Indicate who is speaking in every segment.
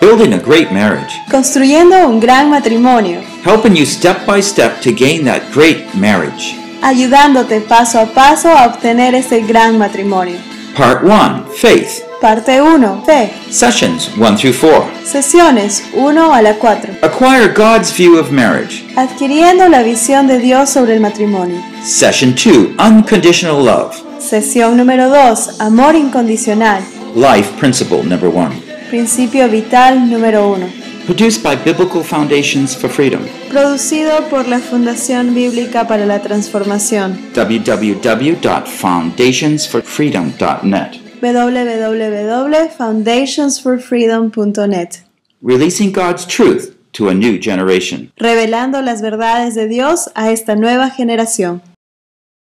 Speaker 1: Building a great marriage.
Speaker 2: Construyendo un gran matrimonio,
Speaker 1: Helping you step by step to gain that great marriage.
Speaker 2: ayudándote paso a paso a obtener ese gran matrimonio.
Speaker 1: Part 1 Faith.
Speaker 2: Parte 1. Fe.
Speaker 1: Sessions 1 through 4.
Speaker 2: Sesiones 1 a la 4.
Speaker 1: Acquire God's view of marriage.
Speaker 2: Adquiriendo la visión de Dios sobre el matrimonio.
Speaker 1: Session 2 Unconditional Love.
Speaker 2: Sesión número 2. Amor incondicional.
Speaker 1: Life Principle Number 1.
Speaker 2: Principio vital número 1.
Speaker 1: Produced by Biblical Foundations for Freedom.
Speaker 2: Producido por la Fundación Bíblica para la Transformación.
Speaker 1: www.foundationsforfreedom.net.
Speaker 2: www.foundationsforfreedom.net.
Speaker 1: Releasing God's truth to a new generation.
Speaker 2: Revelando las verdades de Dios a esta nueva generación.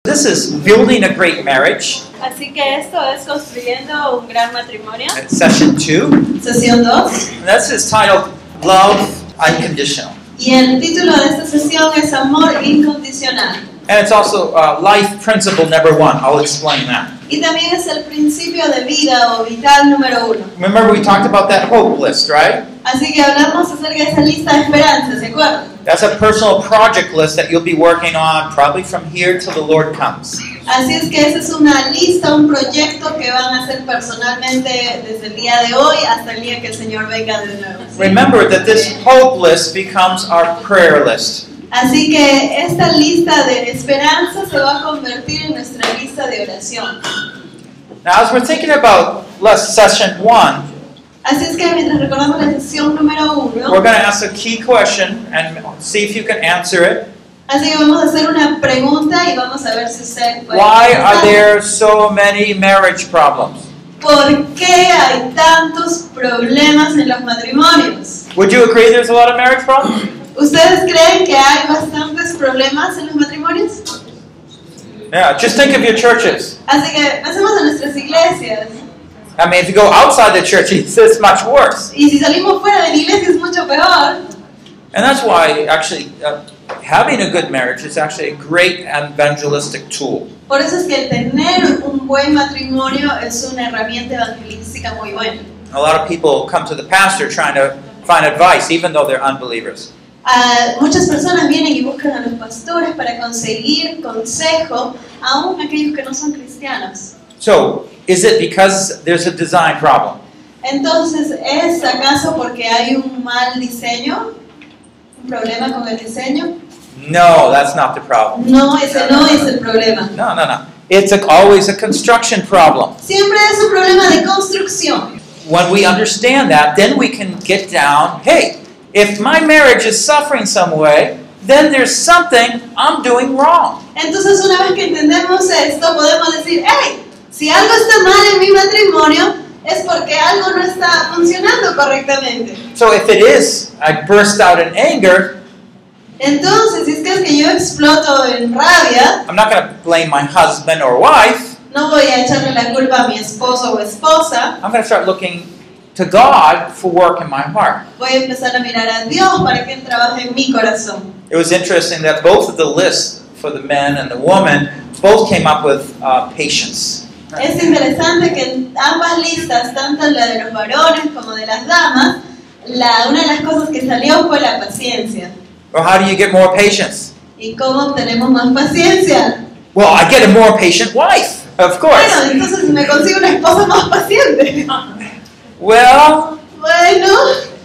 Speaker 1: This is Building a Great Marriage,
Speaker 3: Así que esto es construyendo un gran matrimonio.
Speaker 1: at session 2.
Speaker 3: Sesión 2.
Speaker 1: And this is titled Love Unconditional.
Speaker 3: Y el título de esta sesión es Amor Incondicional.
Speaker 1: And it's also uh, Life Principle Number 1. I'll explain that.
Speaker 3: Y también es el principio de vida o vital número uno.
Speaker 1: Remember, we talked about that hope list, right?
Speaker 3: Así que hablamos acerca de esa lista de esperanzas, ¿de acuerdo?
Speaker 1: That's a personal project list that you'll be working on probably from here till the Lord comes.
Speaker 3: Así es que esa es una lista, un proyecto que van a hacer personalmente desde el día de hoy hasta el día que el Señor venga de nuevo.
Speaker 1: Remember that this hope list becomes our prayer list.
Speaker 3: Así que esta lista de esperanza se va a convertir en nuestra lista de oración.
Speaker 1: Now, as we're thinking about last session one,
Speaker 3: Así es que mientras recordamos la sesión número
Speaker 1: we're
Speaker 3: uno,
Speaker 1: going to ask a key question and see if you can answer it.
Speaker 3: así que vamos a hacer una pregunta y vamos a ver si usted puede
Speaker 1: Why are
Speaker 3: contestar.
Speaker 1: there so many marriage problems?
Speaker 3: ¿Por qué hay tantos problemas en los matrimonios?
Speaker 1: Would you agree there's a lot of marriage problems?
Speaker 3: ¿Ustedes creen que hay bastantes problemas en los matrimonios?
Speaker 1: Yeah, just think of your churches.
Speaker 3: Así que pasemos a nuestras iglesias.
Speaker 1: I mean, if you go outside the church, it's, it's much worse.
Speaker 3: Y si salimos fuera de la iglesia es mucho peor.
Speaker 1: And that's why, actually, uh, having a good marriage is actually a great evangelistic tool.
Speaker 3: Por eso es que el tener un buen matrimonio es una herramienta evangelística muy buena.
Speaker 1: A lot of people come to the pastor trying to find advice, even though they're unbelievers.
Speaker 3: Ah, muchas personas vienen y buscan a los pastores para conseguir consejo, aún aquellos que no son cristianos.
Speaker 1: So, is it because there's a design problem?
Speaker 3: Entonces, ¿es acaso porque hay un mal diseño? ¿Un problema con el diseño?
Speaker 1: No, that's not the problem.
Speaker 3: No, ese no es el problema.
Speaker 1: No, no, no. It's a, always a construction problem.
Speaker 3: Siempre es un problema de construcción.
Speaker 1: When we understand that, then we can get down hey, if my marriage is suffering some way, then there's something I'm doing wrong.
Speaker 3: Entonces, una vez que entendemos esto, podemos decir, hey, si algo está mal en mi matrimonio, es porque algo no está funcionando correctamente.
Speaker 1: So, if it is, I burst out in anger,
Speaker 3: Entonces, si es que, es que yo exploto en rabia,
Speaker 1: I'm not going to blame my husband or wife.
Speaker 3: no voy a echarle la culpa a mi esposo o esposa,
Speaker 1: I'm going to start looking to God for work in my heart.
Speaker 3: voy a empezar a mirar a Dios para que Él trabaje en mi corazón.
Speaker 1: It was interesting that both of the lists for the men and the woman both came up with uh, patience.
Speaker 3: Es interesante que en ambas listas, tanto la de los varones como de las damas, la, una de las cosas que salió fue la paciencia.
Speaker 1: Well, how do you get more patience?
Speaker 3: ¿Y cómo obtenemos más paciencia?
Speaker 1: Well, I get a more patient wife, of
Speaker 3: Bueno,
Speaker 1: course.
Speaker 3: entonces me consigo una esposa más paciente.
Speaker 1: Well,
Speaker 3: Bueno,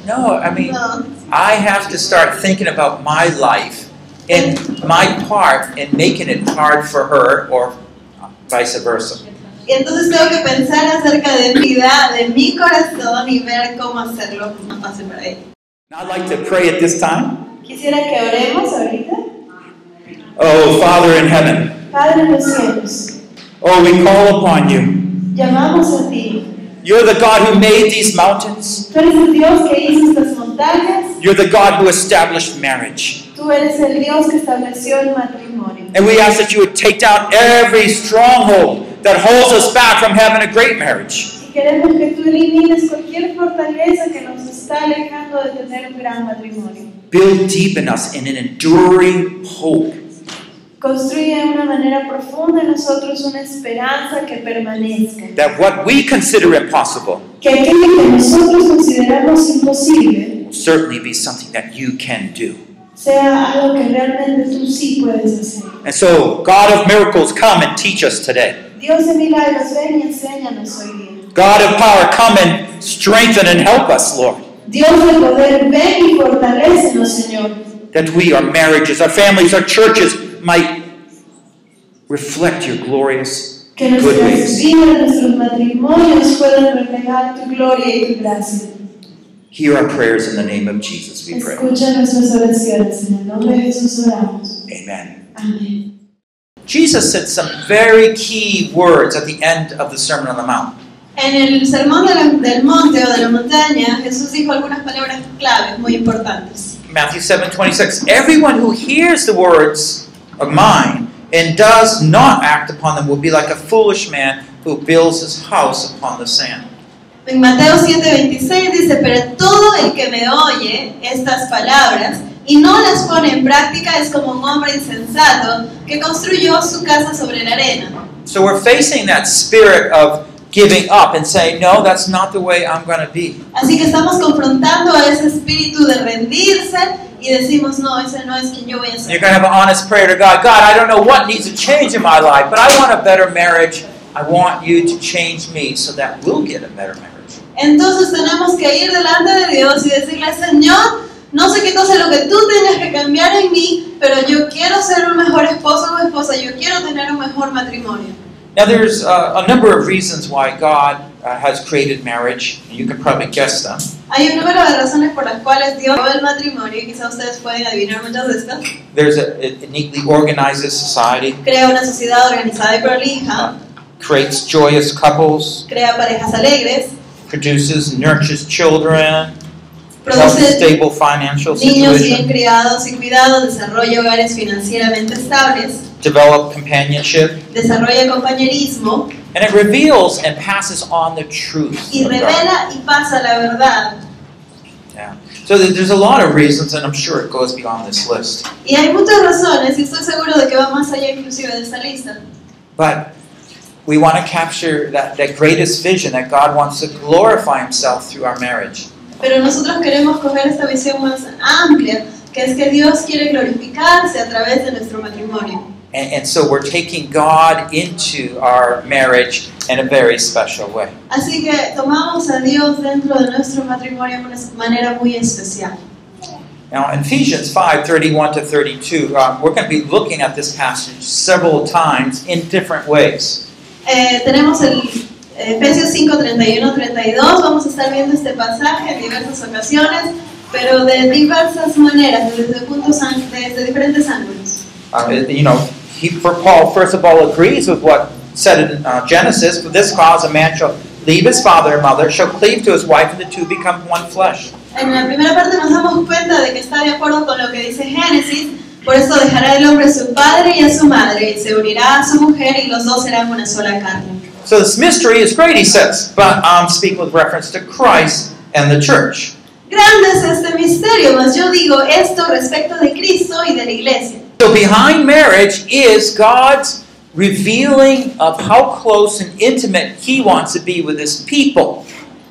Speaker 1: no, I mean,
Speaker 3: no.
Speaker 1: I have to start thinking about my life and my part in making it hard for her or vice versa.
Speaker 3: Y entonces tengo que pensar acerca de mi vida, de mi corazón y ver cómo hacerlo más fácil para ella.
Speaker 1: I'd like to pray at this time.
Speaker 3: Quisiera que oremos ahorita.
Speaker 1: Oh, Father in heaven,
Speaker 3: Padre en los cielos,
Speaker 1: oh, we call upon you.
Speaker 3: llamamos a ti.
Speaker 1: You're the God who made these mountains.
Speaker 3: Tú eres el Dios que hizo estas montañas.
Speaker 1: You're the God who established marriage.
Speaker 3: Tú eres el Dios que estableció el matrimonio.
Speaker 1: And we ask that you would take down every stronghold that holds us back from having a great marriage.
Speaker 3: Y queremos que tú elimines cualquier fortaleza que nos está alejando de tener un gran matrimonio.
Speaker 1: Build deep in us in an enduring hope.
Speaker 3: Construye de una manera profunda en nosotros una esperanza que permanezca.
Speaker 1: That what we consider impossible,
Speaker 4: que aquello que nosotros consideramos imposible
Speaker 1: will certainly be something that you can do.
Speaker 4: sea algo que realmente tú sí puedes hacer.
Speaker 1: And so, God of miracles, come and teach us today.
Speaker 4: Dios de milagros, ven y enséñanos hoy día.
Speaker 1: God of power, come and strengthen and help us, Lord,
Speaker 4: Dios de poder, ven y fortalécenos, Señor.
Speaker 1: that we, our marriages, our families, our churches might reflect your glorious
Speaker 4: Que
Speaker 1: good
Speaker 4: nuestras
Speaker 1: ways.
Speaker 4: vidas, nuestros matrimonios puedan reflejar tu gloria y tu gracia.
Speaker 1: Hear our prayers in the name of Jesus, we pray.
Speaker 4: Escucha nuestras oraciones. En el nombre de Jesús oramos.
Speaker 1: Amen.
Speaker 4: Amén.
Speaker 1: Jesus said some very key words at the end of the Sermon on the Mount.
Speaker 3: En el sermón de la- del monte o de la montaña, Jesús dijo algunas palabras claves muy importantes.
Speaker 1: Matthew 7 26. Everyone who hears the words of mine and does not act upon them will be like a foolish man who builds his house upon the sand.
Speaker 3: En Mateo 7:26 dice, pero todo el que me oye estas palabras y no las pone en práctica es como un hombre insensato que construyó su casa sobre la arena.
Speaker 1: So we're facing that spirit of giving up and saying, No, that's not the way I'm going to be.
Speaker 3: Así que estamos confrontando a ese espíritu de rendirse y decimos, no, ese no es quien yo voy a
Speaker 1: And
Speaker 3: ser.
Speaker 1: you're going to have an honest prayer to God God, I don't know what needs to change in my life, but I want a better marriage. I want you to change me so that we'll get a better marriage.
Speaker 3: Entonces tenemos que ir delante de Dios y decirle, Señor, no sé qué cosa es lo que tú tengas que cambiar en mí, pero yo quiero ser un mejor esposo o esposa, yo quiero tener un mejor matrimonio.
Speaker 1: Now, there's uh, a number of reasons why God uh, has created marriage. You can probably guess them.
Speaker 3: Hay un número de razones por las cuales Dios creó el matrimonio, y quizá ustedes pueden adivinar muchas de estas.
Speaker 1: There's a, it it neatly organizes society,
Speaker 3: Crea una sociedad organizada y prolija,
Speaker 1: creates joyous couples,
Speaker 3: crea parejas alegres,
Speaker 1: produces, nurtures children, helps a
Speaker 3: produce
Speaker 1: stable financial
Speaker 3: niños bien
Speaker 1: situation,
Speaker 3: criados y cuidados, desarrolla hogares financieramente estables,
Speaker 1: develop companionship,
Speaker 3: desarrolla compañerismo
Speaker 1: and it reveals and passes on the truth.
Speaker 3: y
Speaker 1: of God.
Speaker 3: revela y pasa la verdad
Speaker 1: So there- there's a lot of reasons, and I'm sure it goes beyond this list.
Speaker 3: Y hay muchas razones, y estoy seguro de que va más allá inclusive de esta lista.
Speaker 1: But we want to capture that, that greatest vision that God wants to glorify Himself through our marriage.
Speaker 3: Pero nosotros queremos coger esta visión más amplia, que es que Dios quiere glorificarse a través de nuestro matrimonio.
Speaker 1: And, and so we're taking God into our marriage in a very special way.
Speaker 3: Así que tomamos a Dios dentro de nuestro matrimonio de una manera muy especial.
Speaker 1: Now, in Ephesians 5 31 to 32, um, we're going to be looking at this passage several times in different ways.
Speaker 3: Eh, tenemos el eh, Efesios 5, 31, 32, vamos a estar viendo este pasaje en diversas ocasiones, pero de diversas maneras, desde, puntos, ang- desde diferentes ángulos.
Speaker 1: Um, it- you know, he, for Paul, first of all, agrees with what said in uh, Genesis For this cause, a man shall leave his father and mother, shall cleave to his wife, and the two become one flesh.
Speaker 3: En la primera parte nos damos cuenta de que está de acuerdo con lo que dice Génesis, por eso dejará el hombre a su padre y a su madre, y se unirá a su mujer y los dos serán una sola carne.
Speaker 1: So this mystery is great, he says, but I'm speaking with reference to Christ and the church.
Speaker 3: Grande es este misterio, mas yo digo esto respecto de Cristo y de la iglesia.
Speaker 1: So behind marriage is God's revealing of how close and intimate He wants to be with His people.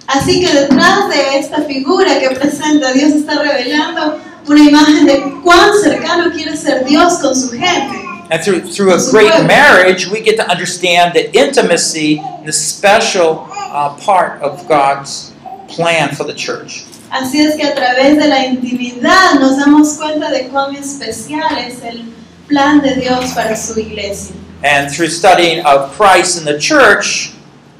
Speaker 3: Así que detrás de esta figura que presenta, Dios está revelando una imagen de cuán cercano quiere ser Dios con su gente.
Speaker 1: And through, through a great marriage, we get to understand the intimacy, the special uh, part of God's plan for the church.
Speaker 3: Así es que a través de la intimidad nos damos cuenta de cuán especial es el plan de Dios para su iglesia.
Speaker 1: And through studying of Christ and the church,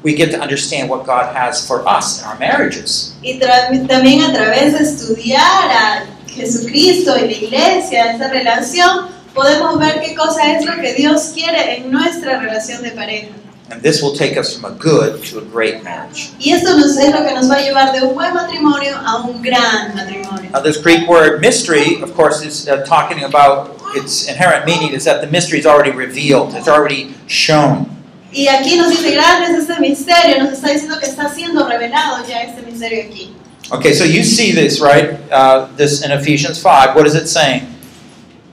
Speaker 1: we get to understand what God has for us in our marriages.
Speaker 3: Y tra- también a través de estudiar a Jesucristo y la iglesia, esa relación, podemos ver qué cosa es lo que Dios quiere en nuestra relación de pareja.
Speaker 1: And this will take us from a good to a great marriage.
Speaker 3: Y esto nos, es lo que nos va a llevar de un buen matrimonio a un gran matrimonio.
Speaker 1: Now, this Greek word mystery, of course, is uh, talking about its inherent meaning is that the mystery is already revealed, it's already shown.
Speaker 3: Y aquí nos dice, grande es este misterio, nos está diciendo que está siendo revelado ya este misterio aquí.
Speaker 1: Okay, so you see this, right? Uh, this in Ephesians 5. What is it saying?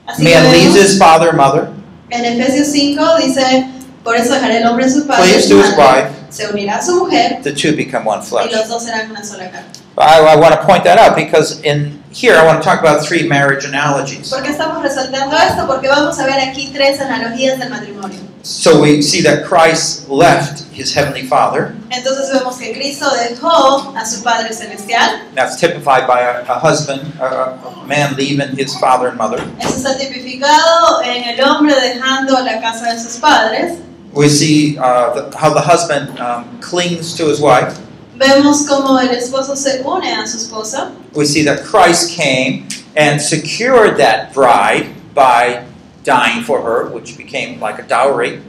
Speaker 3: Así que
Speaker 1: Man leaves
Speaker 3: vemos-
Speaker 1: his father and mother,
Speaker 3: En Efesios 5 dice, por eso dejaré el hombre a su padre, y
Speaker 1: cleaves
Speaker 3: su
Speaker 1: to his
Speaker 3: madre,
Speaker 1: wife,
Speaker 3: se unirá a su mujer
Speaker 1: the two become one
Speaker 3: y
Speaker 1: flesh.
Speaker 3: los dos serán una sola carne.
Speaker 1: I, I want to point that out because in here I want to talk about three marriage analogies.
Speaker 3: ¿Por qué estamos resaltando esto? Porque vamos a ver aquí tres analogías del matrimonio.
Speaker 1: So we see that Christ left his heavenly Father.
Speaker 3: Entonces vemos que Cristo dejó a su Padre Celestial.
Speaker 1: That's typified by a, a husband, a, a man leaving his father and mother.
Speaker 3: Eso está tipificado en el hombre dejando la casa de sus padres.
Speaker 1: We see uh, the, how the husband um, clings to his wife.
Speaker 3: Vemos cómo el esposo se une a su esposa.
Speaker 1: We see that Christ came and secured that bride by dying for her, which became like a dowry.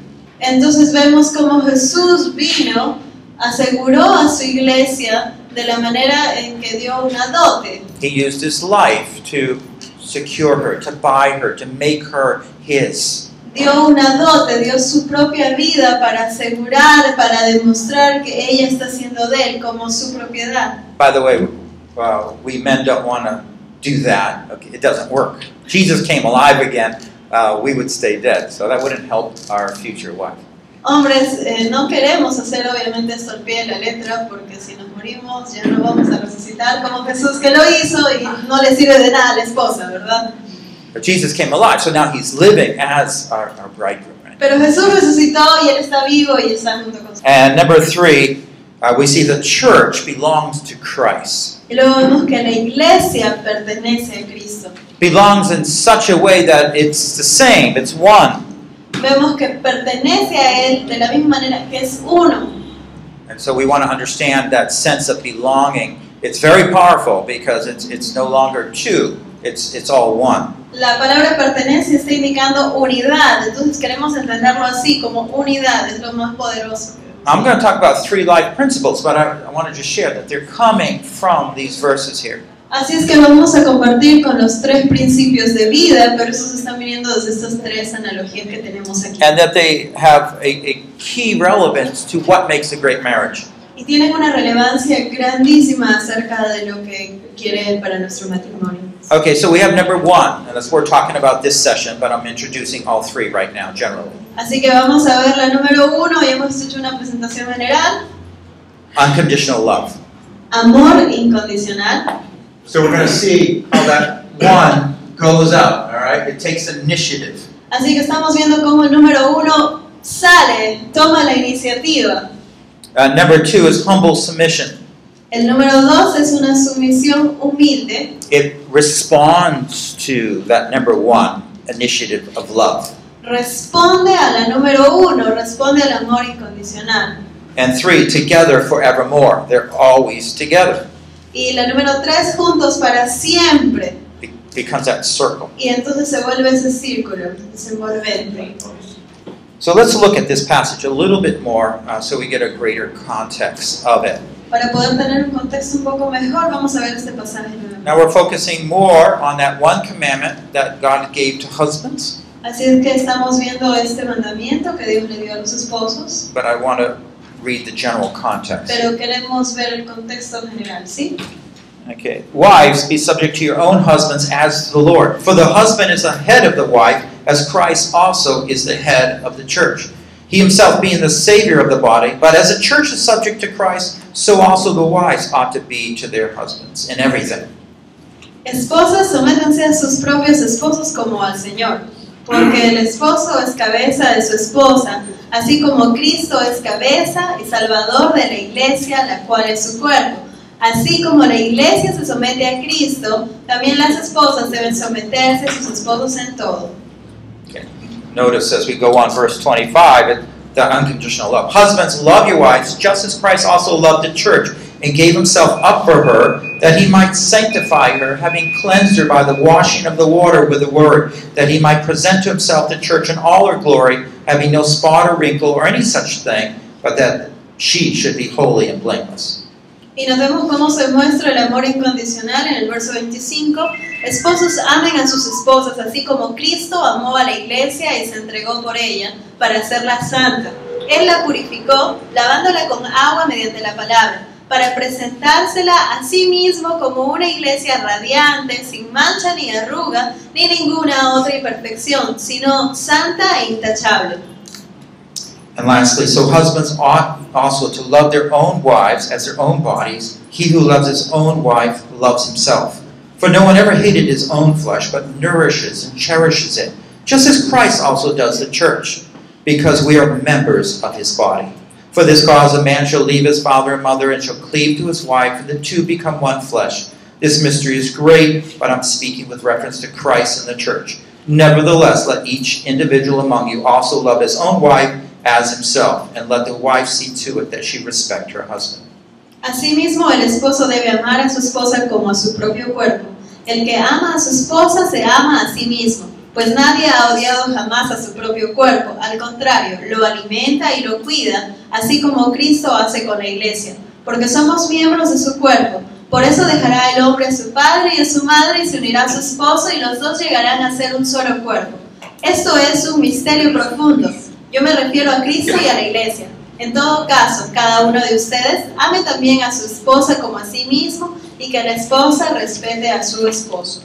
Speaker 3: Entonces vemos cómo Jesús vino, aseguró a su iglesia de la manera en que dio una dote.
Speaker 1: He used his life to secure her, to buy her, to make her his.
Speaker 3: Dio una dote, dio su propia vida para asegurar, para demostrar que ella está siendo de él como su propiedad.
Speaker 1: By the way, uh, we men don't want to do that. Okay, it doesn't work. Jesus came alive again. Uh, we would stay dead, so that wouldn't help our future wife.
Speaker 3: Hombres, eh, no queremos hacer obviamente esto al pie de la letra porque si nos morimos ya no vamos a resucitar como Jesús que lo hizo y no le sirve de nada a la esposa, ¿verdad?
Speaker 1: But Jesus came alive, so now he's living as our, our bridegroom. Right?
Speaker 3: Pero Jesús resucitó y él está vivo y está junto con su
Speaker 1: And number three, uh, we see the church belongs to Christ.
Speaker 3: Y luego vemos que la iglesia pertenece a Cristo.
Speaker 1: Belongs in such a way that it's the same, it's one.
Speaker 3: Vemos que pertenece a Él de la misma manera que es uno.
Speaker 1: And so we want to understand that sense of belonging. It's very powerful because it's, it's no longer two, it's, it's all one.
Speaker 3: La palabra pertenece está indicando unidad, entonces queremos entenderlo así, como unidad, es lo más poderoso.
Speaker 1: I'm going to talk about three life principles, but I, I want to just share that they're coming from these verses here.
Speaker 3: Así es que vamos a compartir con los tres principios de vida, pero esos están viniendo desde estas tres analogías que tenemos aquí.
Speaker 1: And that they have a, a key relevance to what makes a great marriage.
Speaker 3: Y tienen una relevancia grandísima acerca de lo que quiere Él para nuestro matrimonio.
Speaker 1: Okay, so we have number one, and that's we're talking about this session, but I'm introducing all three right now, generally.
Speaker 3: Así que vamos a ver la número uno y hemos hecho una presentación general.
Speaker 1: Unconditional love.
Speaker 3: Amor incondicional.
Speaker 1: So we're going to see how that one goes up, all right? It takes initiative.
Speaker 3: Así que estamos viendo cómo el número uno sale, toma la iniciativa.
Speaker 1: Uh, number two is humble submission.
Speaker 3: El número dos es una sumisión humilde.
Speaker 1: It responds to that number one initiative of love.
Speaker 3: Responde a la número uno, responde al amor incondicional.
Speaker 1: And three, together forevermore. They're always together.
Speaker 3: Y la número tres, juntos para siempre.
Speaker 1: It becomes that circle.
Speaker 3: Y entonces se vuelve ese círculo, ese envolvente.
Speaker 1: So let's look at this passage a little bit more uh, so we get a greater context of it.
Speaker 3: Para poder tener un contexto un poco mejor, vamos a ver este pasaje nuevamente.
Speaker 1: Now we're focusing more on that one commandment that God gave to husbands,
Speaker 3: Así es que estamos viendo este mandamiento que Dios le dio a los esposos,
Speaker 1: but I want to read the general context.
Speaker 3: pero queremos ver el contexto general, ¿sí?
Speaker 1: Okay. Wives, be subject to your own husbands as to the Lord. For the husband is the head of the wife, as Christ also is the head of the church. He himself being the Savior of the body, but as the church is subject to Christ, so also the wives ought to be to their husbands in everything.
Speaker 3: Esposas, sométanse a sus propios esposos como al Señor, porque el esposo es cabeza de su esposa, así como Cristo es cabeza y salvador de la iglesia, la cual es su cuerpo. Así como la iglesia se somete a Cristo, también las esposas deben someterse a sus esposos en todo.
Speaker 1: Notice as we go on, verse 25, it- the unconditional love. Husbands, love your wives, just as Christ also loved the church and gave himself up for her, that he might sanctify her, having cleansed her by the washing of the water with the word, that he might present to himself the church in all her glory, having no spot or wrinkle or any such thing, but that she should be holy and blameless.
Speaker 3: Y nos vemos cómo se muestra el amor incondicional en el verso 25. Esposos amen a sus esposas, así como Cristo amó a la iglesia y se entregó por ella para hacerla santa. Él la purificó, lavándola con agua mediante la palabra, para presentársela a sí mismo como una iglesia radiante, sin mancha ni arruga, ni ninguna otra imperfección, sino santa e intachable.
Speaker 1: And lastly, so husbands ought also to love their own wives as their own bodies. He who loves his own wife loves himself. For no one ever hated his own flesh, but nourishes and cherishes it, just as Christ also does the church, because we are members of his body. For this cause a man shall leave his father and mother and shall cleave to his wife, and the two become one flesh. This mystery is great, but I'm speaking with reference to Christ and the church. Nevertheless, let each individual among you also love his own wife as himself, and let the wife see to it that she respect her husband.
Speaker 3: Asimismo, el esposo debe amar a su esposa como a su propio cuerpo. El que ama a su esposa se ama a sí mismo, pues nadie ha odiado jamás a su propio cuerpo. Al contrario, lo alimenta y lo cuida, así como Cristo hace con la iglesia, porque somos miembros de su cuerpo. Por eso dejará el hombre a su padre y a su madre y se unirá a su esposo y los dos llegarán a ser un solo cuerpo. Esto es un misterio profundo. Yo me refiero a Cristo y a la iglesia. En todo caso, cada uno de ustedes ame también a su esposa como a sí mismo y que la esposa respete a su esposo.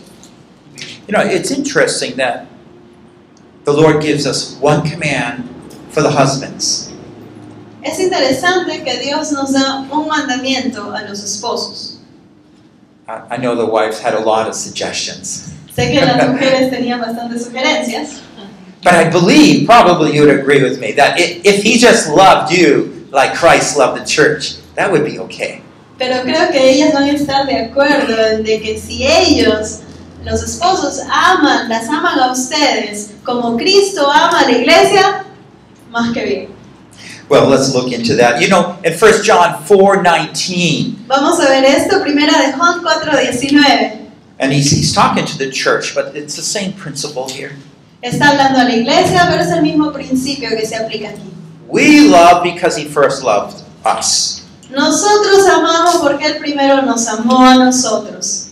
Speaker 1: You know, it's interesting that the Lord gives us one command for the husbands.
Speaker 3: Es interesante que Dios nos da un mandamiento a los esposos.
Speaker 1: I I know the wives had a lot of suggestions,
Speaker 3: Sé que las mujeres tenían bastantes sugerencias,
Speaker 1: but I believe probably you would agree with me that i- if He just loved you like Christ loved the church, that would be okay.
Speaker 3: pero creo que ellas van a estar de acuerdo en de que si ellos, los esposos, aman, las aman a ustedes como Cristo ama a la iglesia, más que bien.
Speaker 1: Well, let's look into that. You know, in 1 John 4:19,
Speaker 3: Vamos a ver esto, primera de Juan 4:19.
Speaker 1: and he's, he's talking to the church, but it's the same principle here.
Speaker 3: Está hablando a la iglesia, pero es el mismo principio que se aplica aquí.
Speaker 1: We love because he first loved us.
Speaker 3: Nosotros amamos porque Él primero nos amó a nosotros.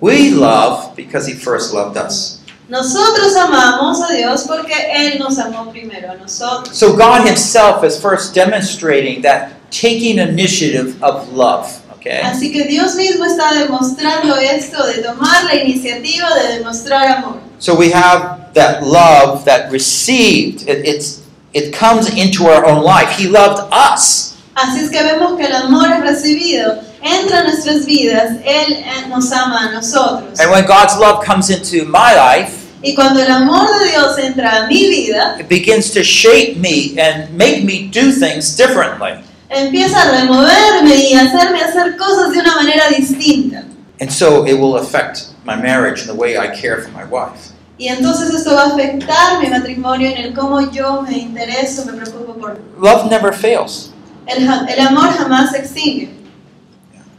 Speaker 1: We love because he first loved us.
Speaker 3: Nosotros amamos a Dios porque Él nos amó primero a nosotros.
Speaker 1: So God himself is first demonstrating that taking initiative of love, okay?
Speaker 3: Así que Dios mismo está demostrando esto de tomar la iniciativa de demostrar amor.
Speaker 1: So we have that love that received, it, it's, it comes into our own life. He loved us.
Speaker 3: Así es que vemos que el amor es recibido, entra en nuestras vidas, Él eh, nos ama a nosotros.
Speaker 1: And when God's love comes into my life,
Speaker 3: Y cuando el amor de Dios entra a mi vida,
Speaker 1: it begins to shape me and make me do things differently.
Speaker 3: empieza a removerme y hacerme hacer cosas de una manera distinta.
Speaker 1: And so it will affect my marriage and the way I care for my wife.
Speaker 3: Y entonces esto va a afectar mi matrimonio en el cómo yo me intereso, me preocupo por...
Speaker 1: Love never fails.
Speaker 3: El, ja- el amor jamás se extingue.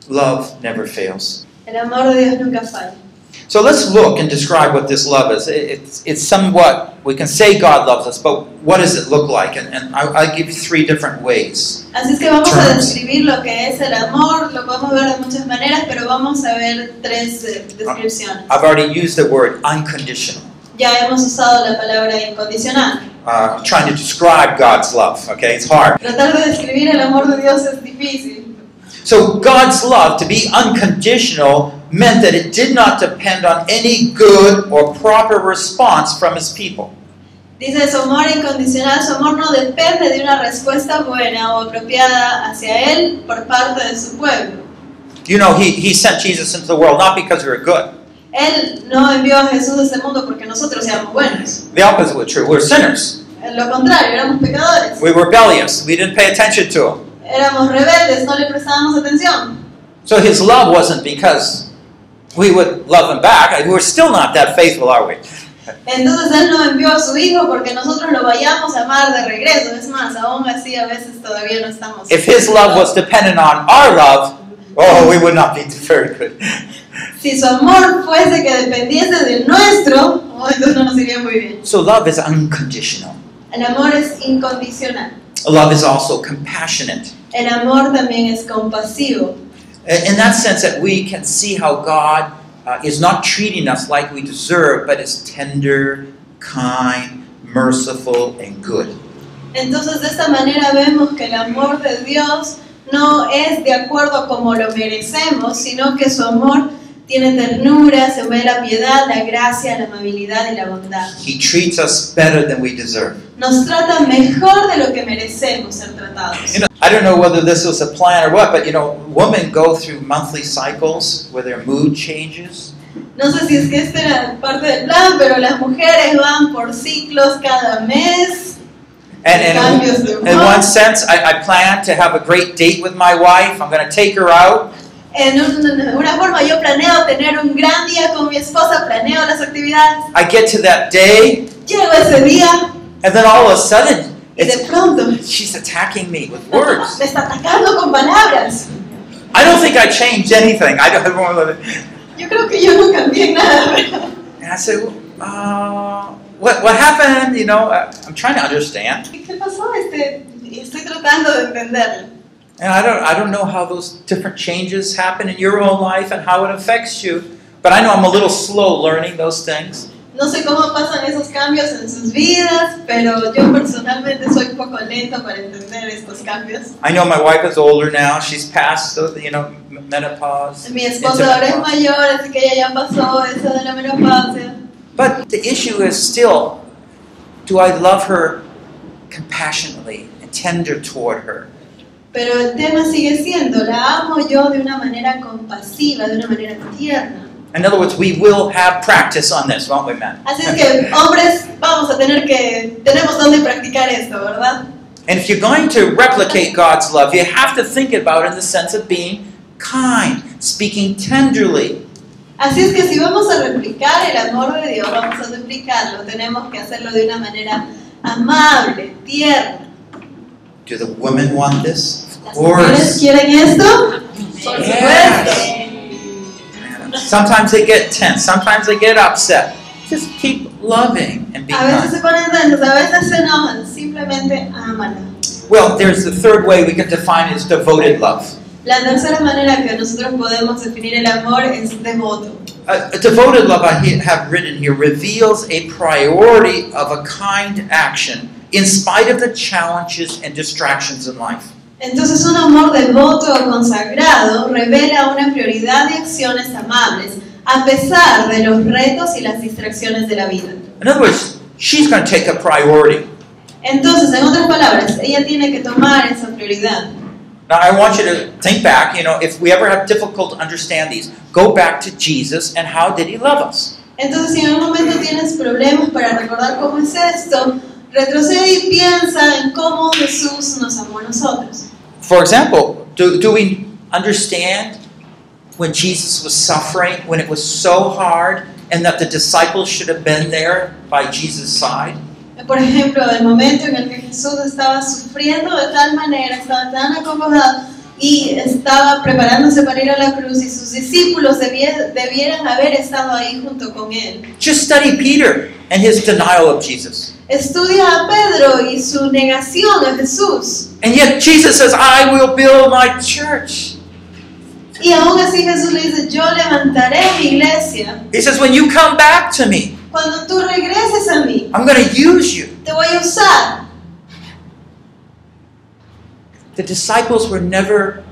Speaker 1: Love never fails.
Speaker 3: El amor de Dios nunca falla.
Speaker 1: So let's look and describe what this love is. It- It's, it's somewhat, we can say God loves us, but what does it look like? And, and I, I give you three different ways.
Speaker 3: Así es que vamos a
Speaker 1: Terms.
Speaker 3: describir lo que es el amor, lo podemos ver de muchas maneras, pero vamos a ver tres eh, descripciones.
Speaker 1: I've already used the word unconditional,
Speaker 3: Ya hemos usado la palabra incondicional.
Speaker 1: uh, trying to describe God's love, okay? It's hard.
Speaker 3: Tratar de describir el amor de Dios es difícil.
Speaker 1: So God's love, to be unconditional, meant that it did not depend on any good or proper response from his people.
Speaker 3: Dice su amor incondicional, su amor no depende de una respuesta buena o apropiada hacia él por parte de su pueblo.
Speaker 1: You know, he, he sent Jesus into the world not because we were good.
Speaker 3: Él no envió a Jesús a este mundo porque nosotros seamos buenos.
Speaker 1: The opposite was true. We were sinners.
Speaker 3: En lo contrario, éramos pecadores.
Speaker 1: We were rebellious. We didn't pay attention to him.
Speaker 3: Éramos rebeldes, no le prestábamos atención.
Speaker 1: So his love wasn't because we would love him back. We're still not that faithful, are we?
Speaker 3: Entonces Él no envió a su Hijo porque nosotros lo vayamos a amar de regreso. Es más, aún así a veces todavía no estamos.
Speaker 1: If his love was dependent on our love, oh, we would not be very good.
Speaker 3: Si su amor fuese que dependiese del nuestro, oh, entonces no nos iría muy bien.
Speaker 1: So love is unconditional.
Speaker 3: El amor es incondicional.
Speaker 1: Love is also compassionate.
Speaker 3: El amor también es compasivo.
Speaker 1: In in that sense, that we can see how God uh, is not treating us like we deserve, but is tender, kind, merciful, and good.
Speaker 3: Entonces de esta manera vemos que el amor de Dios no es de acuerdo a como lo merecemos, sino que su amor Tiene ternura, se ve la piedad, la gracia, la amabilidad y la bondad.
Speaker 1: He treats us better than we deserve.
Speaker 3: Nos trata mejor de lo que merecemos ser tratados.
Speaker 1: You know, I don't know whether this was a plan or what, but you know, women go through monthly cycles where their mood changes.
Speaker 3: No sé si es que esta era parte del plan, pero las mujeres van por ciclos cada mes.
Speaker 1: And, and
Speaker 3: cambios de humor.
Speaker 1: in one sense, I, I plan to have a great date with my wife. I'm going to take her out.
Speaker 3: En un- de alguna forma yo planeo tener un gran día con mi esposa, planeo las actividades.
Speaker 1: I get to that day,
Speaker 3: Llego ese día
Speaker 1: and then all of a sudden,
Speaker 3: y de
Speaker 1: it's,
Speaker 3: pronto
Speaker 1: she's attacking me with words.
Speaker 3: me está atacando con palabras.
Speaker 1: I don't think I changed anything. I don't. I don't
Speaker 3: Yo creo que yo no cambié nada, pero
Speaker 1: And I said, uh, what, what happened? You know, I, I'm trying to understand.
Speaker 3: ¿qué pasó? Este, estoy tratando de entenderlo.
Speaker 1: And I don't, I don't know how those different changes happen in your own life and how it affects you. But I know I'm a little slow learning those things.
Speaker 3: No sé cómo pasan esos cambios en sus vidas, pero yo personalmente soy un poco lento para entender estos cambios.
Speaker 1: I know my wife is older now. She's past, the, you know, m- menopause.
Speaker 3: Mi esposo ahora es mayor, así que ella ya pasó eso de la menopausia.
Speaker 1: But the issue is still, do I love her compassionately and tender toward her?
Speaker 3: Pero el tema sigue siendo, la amo yo de una manera compasiva, de una manera tierna.
Speaker 1: In other words, we will have practice on this, won't we, Matt?
Speaker 3: Así es que, hombres, vamos a tener que, tenemos donde practicar esto, ¿verdad?
Speaker 1: And if you're going to replicate God's love, you have to think about it in the sense of being kind, speaking tenderly.
Speaker 3: Así es que si vamos a replicar el amor de Dios, vamos a replicarlo, tenemos que hacerlo de una manera amable, tierna.
Speaker 1: Do the women want this? Of
Speaker 3: ¿Las mujeres
Speaker 1: course.
Speaker 3: quieren esto? Por
Speaker 1: Yes.
Speaker 3: supuesto.
Speaker 1: Sometimes they get tense, sometimes they get upset. Just keep loving and be
Speaker 3: A veces
Speaker 1: kind.
Speaker 3: se ponen tensos, a veces se enojan, simplemente ámala.
Speaker 1: Well, there's the third way we can define is devoted love.
Speaker 3: La tercera manera que nosotros podemos definir el amor es devoto.
Speaker 1: A, a devoted love, I he- have written here, reveals a priority of a kind action in spite of the challenges and distractions in life.
Speaker 3: Entonces un amor devoto o consagrado revela una prioridad de acciones amables a pesar de los retos y las distracciones de la vida.
Speaker 1: In other words, she's going to take a priority.
Speaker 3: Entonces, en otras palabras, ella tiene que tomar esa prioridad.
Speaker 1: Now, I want you to think back, you know, if we ever have difficult to understand these, go back to Jesus and how did he love us?
Speaker 3: Entonces, si en algún momento tienes problemas para recordar cómo es esto, retrocede y piensa en cómo Jesús nos amó a nosotros.
Speaker 1: For example, do, do we understand when Jesus was suffering, when it was so hard, and that the disciples should have been there by Jesus' side?
Speaker 3: Por ejemplo, el momento en el que Jesús estaba sufriendo de tal manera, estaba tan acomodado y estaba preparándose para ir a la cruz y sus discípulos debie- debieran haber estado ahí junto con él.
Speaker 1: Just study Peter and his denial of Jesus.
Speaker 3: Estudia a Pedro y su negación a Jesús.
Speaker 1: And yet Jesus says, I will build my church.
Speaker 3: Y aún así Jesús le dice, yo levantaré mi iglesia.
Speaker 1: He says, when you come back to me,
Speaker 3: Cuando tú regreses a mí,
Speaker 1: I'm going to use you.
Speaker 3: te voy a usar.
Speaker 1: The disciples were never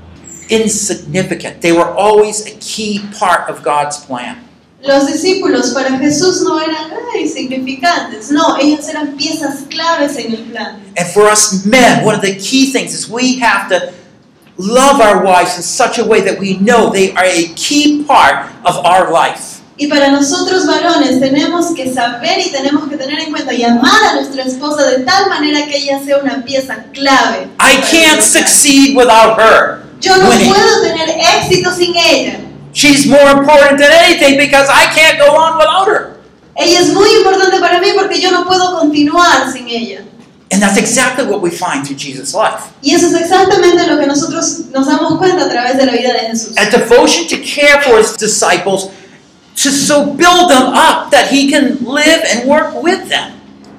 Speaker 1: insignificant. They were always a key part of God's plan.
Speaker 3: Los discípulos para Jesús no eran nada insignificantes, no, ellos eran piezas claves en el plan.
Speaker 1: And for us men, one of the key things is we have to love our wives in such a way that we know they are a key part of our life.
Speaker 3: Y para nosotros varones tenemos que saber y tenemos que tener en cuenta y amar a nuestra esposa de tal manera que ella sea una pieza clave.
Speaker 1: I can't succeed without her.
Speaker 3: Yo no
Speaker 1: winning.
Speaker 3: puedo tener éxito sin ella.
Speaker 1: She's more important than anything because I can't go on without her.
Speaker 3: Ella es muy importante para mí porque yo no puedo continuar sin ella.
Speaker 1: And that's exactly what we find through Jesus' life.
Speaker 3: Y eso es exactamente lo que nosotros nos damos cuenta a través de la vida de Jesús.
Speaker 1: a devotion to care for his disciples to so build them up that he can live and work with them.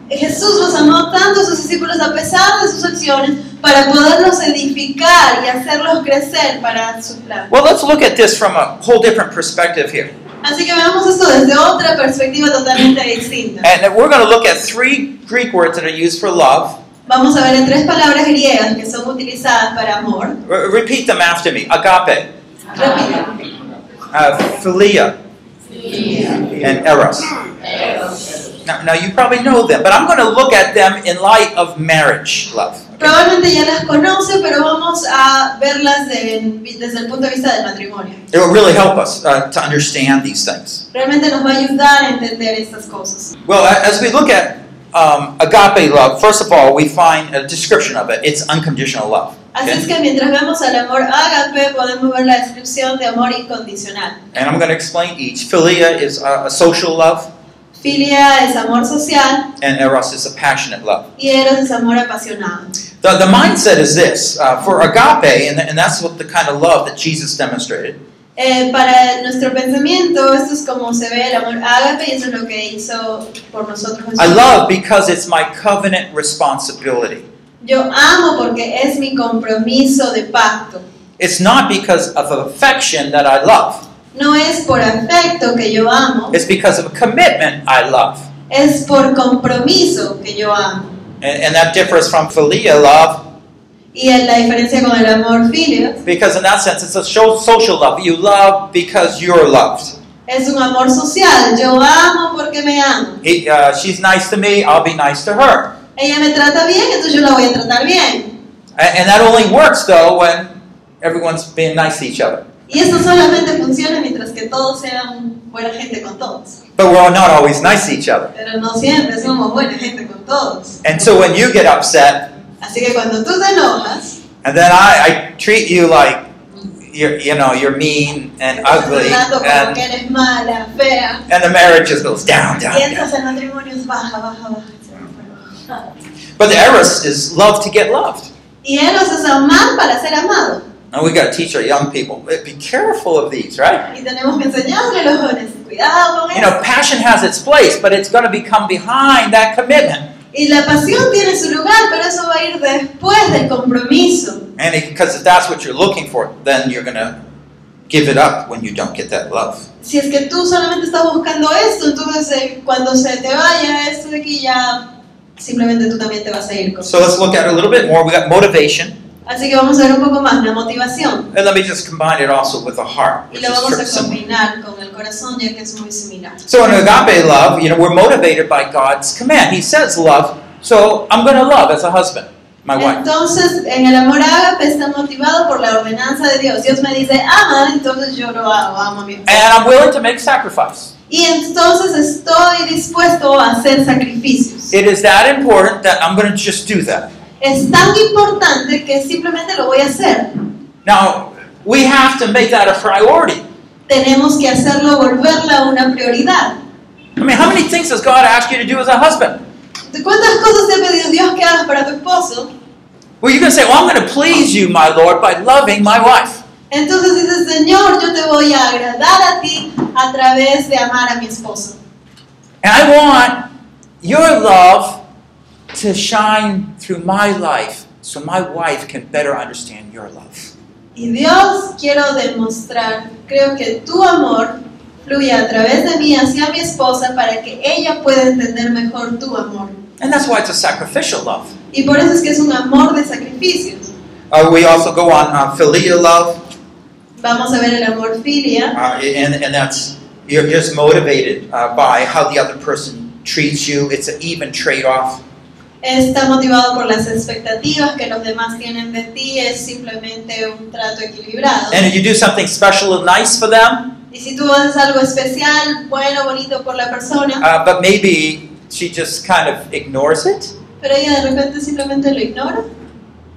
Speaker 3: Jesús los amó tanto a sus discípulos a pesar de sus acciones para poderlos edificar y hacerlos crecer para su plan.
Speaker 1: Well, let's look at this from a whole different perspective here.
Speaker 3: Así que veamos esto desde otra perspectiva totalmente distinta.
Speaker 1: And we're going to look at three Greek words that are used for love.
Speaker 3: Vamos a ver en tres palabras griegas que son utilizadas para amor.
Speaker 1: R- repeat them after me. Agape,
Speaker 3: Repito.
Speaker 1: uh, philia and eros. Now, now you probably know them, but I'm going to look at them in light of marriage love. okay?
Speaker 3: Probablemente ya las conoce, pero vamos a verlas de- desde el punto de vista del matrimonio.
Speaker 1: It will really help us uh, to understand these things.
Speaker 3: Realmente nos va a ayudar a entender estas cosas.
Speaker 1: Well, a- as we look at um, agape love, first of all, we find a description of it. It's unconditional love.
Speaker 3: Así
Speaker 1: okay?
Speaker 3: es que mientras vemos al amor ágape, podemos ver la descripción de amor incondicional.
Speaker 1: And I'm going to explain each. Philia is uh, a social love,
Speaker 3: Filia es amor social
Speaker 1: and eros is a passionate love.
Speaker 3: y eros es amor apasionado.
Speaker 1: The, the mindset is this uh, for agape, and, and that's what the kind of love that Jesus demonstrated.
Speaker 3: Eh, para nuestro pensamiento, esto es como se ve el amor ágape y eso es lo que hizo por nosotros. Jesús.
Speaker 1: I love because it's my covenant responsibility.
Speaker 3: Yo amo porque es mi compromiso de pacto.
Speaker 1: It's not because of affection that I love,
Speaker 3: No es por afecto que yo amo,
Speaker 1: it's because of a commitment I love.
Speaker 3: es por compromiso que yo amo.
Speaker 1: And, and that differs from philia love
Speaker 3: Y es la diferencia con el amor filio
Speaker 1: because, in that sense, it's a sho- social love. You love because you're loved.
Speaker 3: es un amor social. Yo amo porque me amo.
Speaker 1: He- uh, she's nice to me, I'll be nice to her.
Speaker 3: Ella me trata bien, entonces yo la voy a tratar bien.
Speaker 1: And, and that only works though when everyone's being nice to each other.
Speaker 3: Y eso solamente funciona mientras que todos sean buena gente con todos.
Speaker 1: But we're not always nice to each other.
Speaker 3: Pero no siempre somos buena gente con todos.
Speaker 1: And so when you get upset,
Speaker 3: Así que cuando tú te enojas,
Speaker 1: and then I, I treat you like you're, you know you're mean and
Speaker 3: estás
Speaker 1: ugly,
Speaker 3: tratando como
Speaker 1: and
Speaker 3: que eres mala, fea,
Speaker 1: and the marriage just goes down,
Speaker 3: y
Speaker 1: down, down.
Speaker 3: entras al matrimonio es baja, baja, baja. se va, se va.
Speaker 1: But the eros is love to get loved.
Speaker 3: Y Eros es amar para ser amado.
Speaker 1: And we got to teach our young people eh, be careful of these, right?
Speaker 3: Y tenemos que enseñarle a los jóvenes, cuidado con
Speaker 1: You
Speaker 3: eso.
Speaker 1: know, passion has its place, but it's going to become behind that commitment,
Speaker 3: Y la pasión tiene su lugar, pero eso va a ir después del compromiso.
Speaker 1: and it, because if that's what you're looking for, then you're going to give it up when you don't get that love.
Speaker 3: Si es que tú solamente estás buscando esto, entonces eh, cuando se te vaya esto de aquí ya, simplemente tú también te vas a ir con
Speaker 1: So let's look at it a little bit more. We got motivation,
Speaker 3: Así que vamos a ver un poco más la motivación.
Speaker 1: and let me just combine it also with the heart,
Speaker 3: Y
Speaker 1: which
Speaker 3: lo
Speaker 1: is
Speaker 3: vamos
Speaker 1: sort of
Speaker 3: a
Speaker 1: similar.
Speaker 3: combinar con el corazón ya que es muy similar.
Speaker 1: So in agape love, you know, we're motivated by God's command. He says love, so I'm going to love as a husband, my wife.
Speaker 3: Entonces, en el amor ágape está motivado por la ordenanza de Dios. Dios me dice, ama, entonces yo lo hago, amo a mi esposo.
Speaker 1: And I'm willing to make sacrifice.
Speaker 3: Y entonces estoy dispuesto a hacer sacrificios.
Speaker 1: It is that important that I'm going to just do that.
Speaker 3: Es tan importante que simplemente lo voy a hacer.
Speaker 1: Now, we have to make that a priority.
Speaker 3: Tenemos que hacerlo, volverla una prioridad.
Speaker 1: I mean, how many things does God ask you to do as a husband?
Speaker 3: ¿De cuántas cosas te ha pedido Dios que hagas para tu esposo?
Speaker 1: Well, you can say, well, I'm going to please you, my Lord, by loving my wife.
Speaker 3: Entonces dices, Señor, yo te voy a agradar a ti a través de amar a mi esposo.
Speaker 1: And I want your love to shine through my life so my wife can better understand your love.
Speaker 3: Y Dios, quiero demostrar, creo que tu amor fluye a través de mí hacia mi esposa para que ella pueda entender mejor tu amor.
Speaker 1: And that's why it's a sacrificial love.
Speaker 3: Y por eso es que es un amor de sacrificios.
Speaker 1: Uh, we also go on uh, philia love,
Speaker 3: Vamos a ver el amor filia.
Speaker 1: uh, and, and that's you're just motivated uh, by how the other person treats you. It's an even trade off.
Speaker 3: Está motivado por las expectativas que los demás tienen de ti. Es simplemente un trato equilibrado.
Speaker 1: And if you do something special and nice for them,
Speaker 3: Y si tú haces algo especial, bueno, bonito por la persona,
Speaker 1: uh, but maybe she just kind of ignores it,
Speaker 3: pero ella de repente simplemente lo ignora,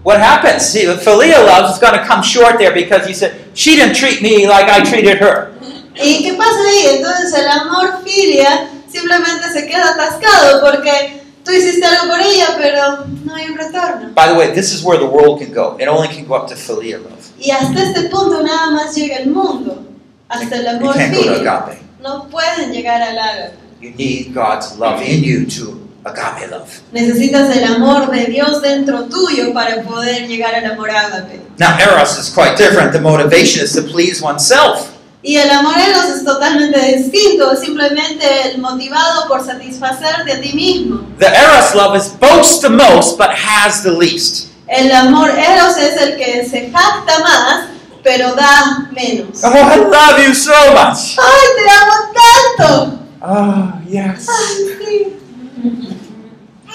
Speaker 1: what happens? See, the philia love is going to come short there because you said, she didn't treat me like I treated her.
Speaker 3: ¿Y qué pasa ahí? Entonces el amor filia simplemente se queda atascado porque tú hiciste algo por ella, pero no hay un retorno.
Speaker 1: By the way, this is where the world can go. It only can go up to philia love.
Speaker 3: Y hasta este punto nada más llega el mundo, hasta el
Speaker 1: You
Speaker 3: amor
Speaker 1: can't go to
Speaker 3: filia.
Speaker 1: agape.
Speaker 3: No pueden llegar al ágape.
Speaker 1: You need God's love in you to agape love.
Speaker 3: Necesitas el amor de Dios dentro tuyo para poder llegar al amor ágape.
Speaker 1: Now, eros is quite different. The motivation is to please oneself.
Speaker 3: Y el amor eros es totalmente distinto, es simplemente el motivado por satisfacerte a ti mismo.
Speaker 1: The eros love is boasts the most but has the least.
Speaker 3: El amor eros es el que se jacta más, pero da menos.
Speaker 1: Oh, I love you so much.
Speaker 3: ¡Ay, te amo tanto!
Speaker 1: Oh, yes.
Speaker 3: Ay, sí.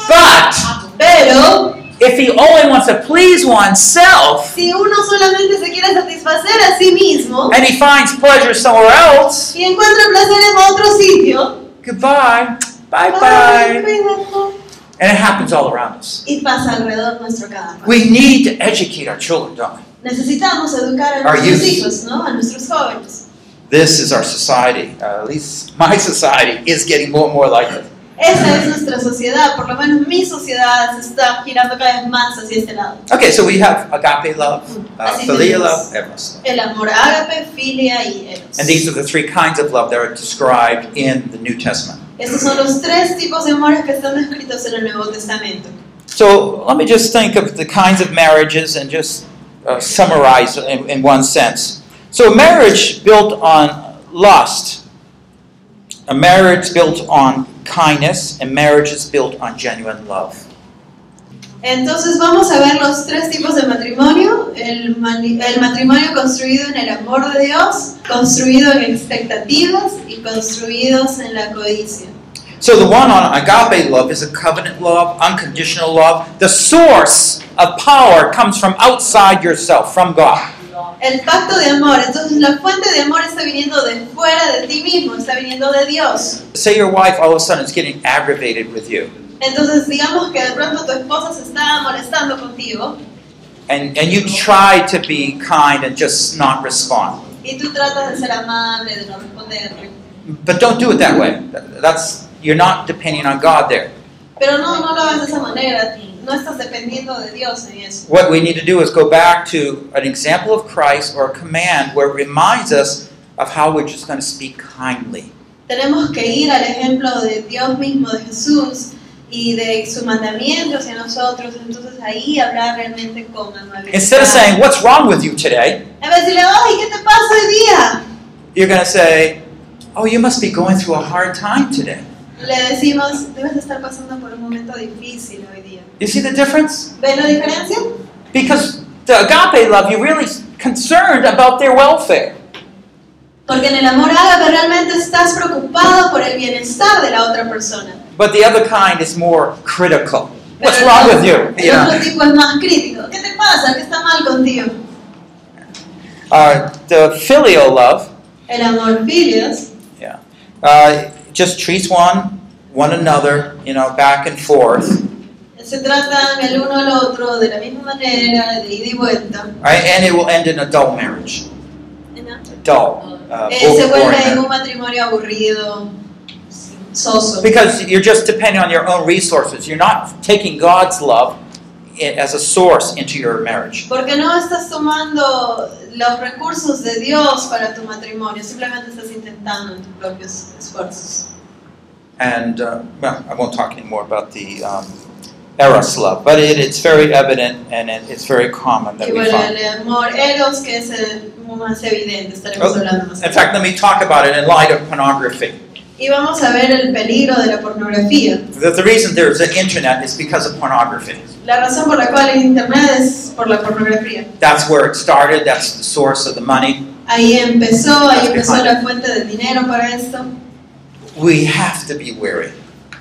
Speaker 1: But
Speaker 3: Pero
Speaker 1: if he only wants to please oneself
Speaker 3: si uno solamente se quiere satisfacer a sí mismo
Speaker 1: and he finds pleasure somewhere else,
Speaker 3: y encuentra placer en otro sitio,
Speaker 1: goodbye. Bye
Speaker 3: ay,
Speaker 1: bye.
Speaker 3: cuídate.
Speaker 1: And it happens all around us.
Speaker 3: y pasa alrededor nuestro cada cual.
Speaker 1: We need to educate our children, don't we?
Speaker 3: Necesitamos educar a
Speaker 1: Our
Speaker 3: nuestros
Speaker 1: youth.
Speaker 3: hijos, ¿no? A nuestros jóvenes.
Speaker 1: This is our society. Uh, at least my society is getting more and more like this.
Speaker 3: Esa es nuestra sociedad, por lo menos mi sociedad se está girando cada vez más hacia este lado.
Speaker 1: Okay, so we have agape love, uh,
Speaker 3: Así
Speaker 1: philia
Speaker 3: tenemos.
Speaker 1: love, eros love.
Speaker 3: El amor ágape, filia y eros.
Speaker 1: And these are the three kinds of love that are described in the New Testament.
Speaker 3: Estos son los tres tipos de amores que están descritos en el Nuevo Testamento.
Speaker 1: So let me just think of the kinds of marriages and just uh, summarize in, in one sense. So, a marriage built on lust, a marriage built on kindness, and marriages built on genuine love.
Speaker 3: Entonces vamos a ver los tres tipos de matrimonio. El, mani- el matrimonio construido en el amor de Dios, construido en expectativas y construidos en la codicia.
Speaker 1: So, the one on agape love is a covenant love, unconditional love. The source of power comes from outside yourself, from God.
Speaker 3: El pacto de amor, entonces la fuente de amor está viniendo de fuera de ti mismo, está viniendo de Dios.
Speaker 1: Say your wife all of a sudden is getting aggravated with you,
Speaker 3: Entonces digamos que de pronto tu esposa se está molestando contigo
Speaker 1: and, and you try to be kind and just not respond.
Speaker 3: y tú tratas de ser amable, de no responderle.
Speaker 1: But don't do it that way. That's you're not depending on God there.
Speaker 3: Pero no, no lo hagas de esa manera, no estás dependiendo de Dios en eso.
Speaker 1: What we need to do is go back to an example of Christ or a command where it reminds us of how we're just going to speak kindly.
Speaker 3: Tenemos que ir al ejemplo de Dios mismo, de Jesús y de su mandamiento hacia nosotros, entonces ahí hablar realmente con amabilidad.
Speaker 1: Instead of saying, "What's wrong with you today?"
Speaker 3: En vez de decirle, ay, ¿qué te pasa hoy día?
Speaker 1: you're going to say, "Oh, you must be going through a hard time today."
Speaker 3: Le decimos, debes de estar pasando por un momento difícil hoy día.
Speaker 1: You see the difference?
Speaker 3: ¿Ves la diferencia?
Speaker 1: Because the agape love, you're really concerned about their welfare.
Speaker 3: Porque en el amor ágape realmente estás preocupado por el bienestar de la otra persona.
Speaker 1: But the other kind is more critical. What's
Speaker 3: Pero
Speaker 1: wrong
Speaker 3: el-
Speaker 1: with you?
Speaker 3: El
Speaker 1: You know?
Speaker 3: otro tipo es más crítico. ¿Qué te pasa? ¿Qué está mal contigo?
Speaker 1: Uh, the filial love.
Speaker 3: El amor filios
Speaker 1: uh, just treats one one another, you know, back and forth,
Speaker 3: se tratan el uno al otro de la misma manera, de ida y vuelta.
Speaker 1: right? And it will end in a dull marriage, a dull, uh,
Speaker 3: Eh,
Speaker 1: boring
Speaker 3: se vuelve en
Speaker 1: marriage.
Speaker 3: un matrimonio aburrido, soso.
Speaker 1: because you're just depending on your own resources. You're not taking God's love i- as a source into your marriage.
Speaker 3: Porque no estás tomando los recursos de Dios para tu matrimonio, simplemente estás intentando en tus propios esfuerzos.
Speaker 1: And uh, well, I won't talk anymore about the um, eros love, but it, it's very evident and it, it's very common that
Speaker 3: Y
Speaker 1: we
Speaker 3: bueno,
Speaker 1: find.
Speaker 3: el amor eros, que es el más evidente, estaremos
Speaker 1: Oh,
Speaker 3: hablando más
Speaker 1: In
Speaker 3: tarde.
Speaker 1: fact, let me talk about it in light of pornography.
Speaker 3: Y vamos a ver el peligro de la pornografía.
Speaker 1: The, the reason there's an internet is because of pornography.
Speaker 3: La razón por la cual el Internet es por la pornografía.
Speaker 1: That's where it started. That's the source of the money.
Speaker 3: Ahí empezó, ahí empezó la fuente de dinero para esto.
Speaker 1: We have to be wary.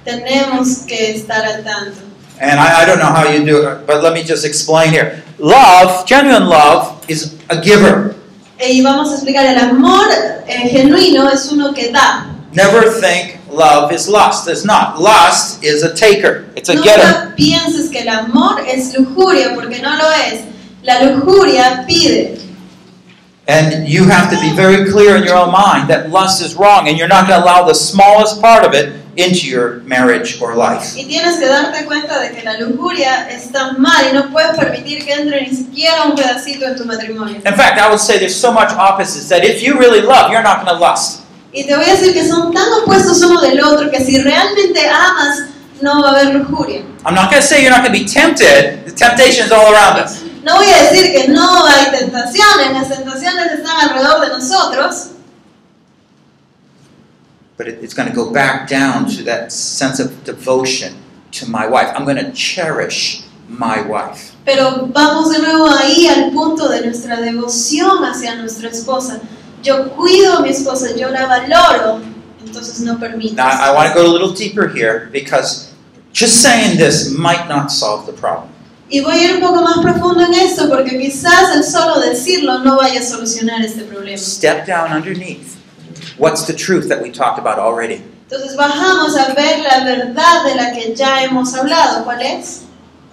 Speaker 3: Tenemos que estar al tanto.
Speaker 1: And I, I don't know how you do it, but let me just explain here. Love, genuine love, is a giver.
Speaker 3: Eh, Y vamos a explicar, el amor eh, genuino es uno que da.
Speaker 1: Never think love is lust. It's not. Lust is a taker, it's a getter.
Speaker 3: Nunca pienses que el amor es lujuria, porque no lo es. La lujuria pide.
Speaker 1: And you have to be very clear in your own mind that lust is wrong, and you're not going to allow the smallest part of it into your marriage or life.
Speaker 3: Y tienes que darte cuenta de que la lujuria está mal y no puedes permitir que entre ni siquiera un pedacito en tu matrimonio.
Speaker 1: In fact, I would say there's so much opposites that if you really love, you're not going to lust.
Speaker 3: Y te voy a decir que son tan opuestos uno del otro que si realmente amas, no va a haber lujuria.
Speaker 1: I'm not going to say you're not going to be tempted. The temptation is all around us.
Speaker 3: No voy a decir que no hay tentaciones, las tentaciones están alrededor de nosotros,
Speaker 1: But it, it's going to go back down to that sense of devotion to my wife. I'm going to cherish my wife.
Speaker 3: Pero vamos de nuevo ahí al punto de nuestra devoción hacia nuestra esposa. Yo cuido a mi esposa, yo la valoro, entonces no
Speaker 1: Now,
Speaker 3: permitas.
Speaker 1: I want to go a little deeper here because just saying this might not solve the problem.
Speaker 3: Y voy a ir un poco más profundo en esto porque quizás el solo decirlo no vaya a solucionar este problema.
Speaker 1: Step down underneath. What's the truth that we talked about already?
Speaker 3: Entonces bajamos a ver la verdad de la que ya hemos hablado. ¿Cuál es?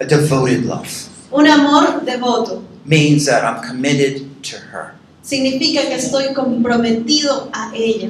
Speaker 1: A devoted love
Speaker 3: Un amor devoto.
Speaker 1: means that I'm committed to her.
Speaker 3: Significa que estoy comprometido a ella.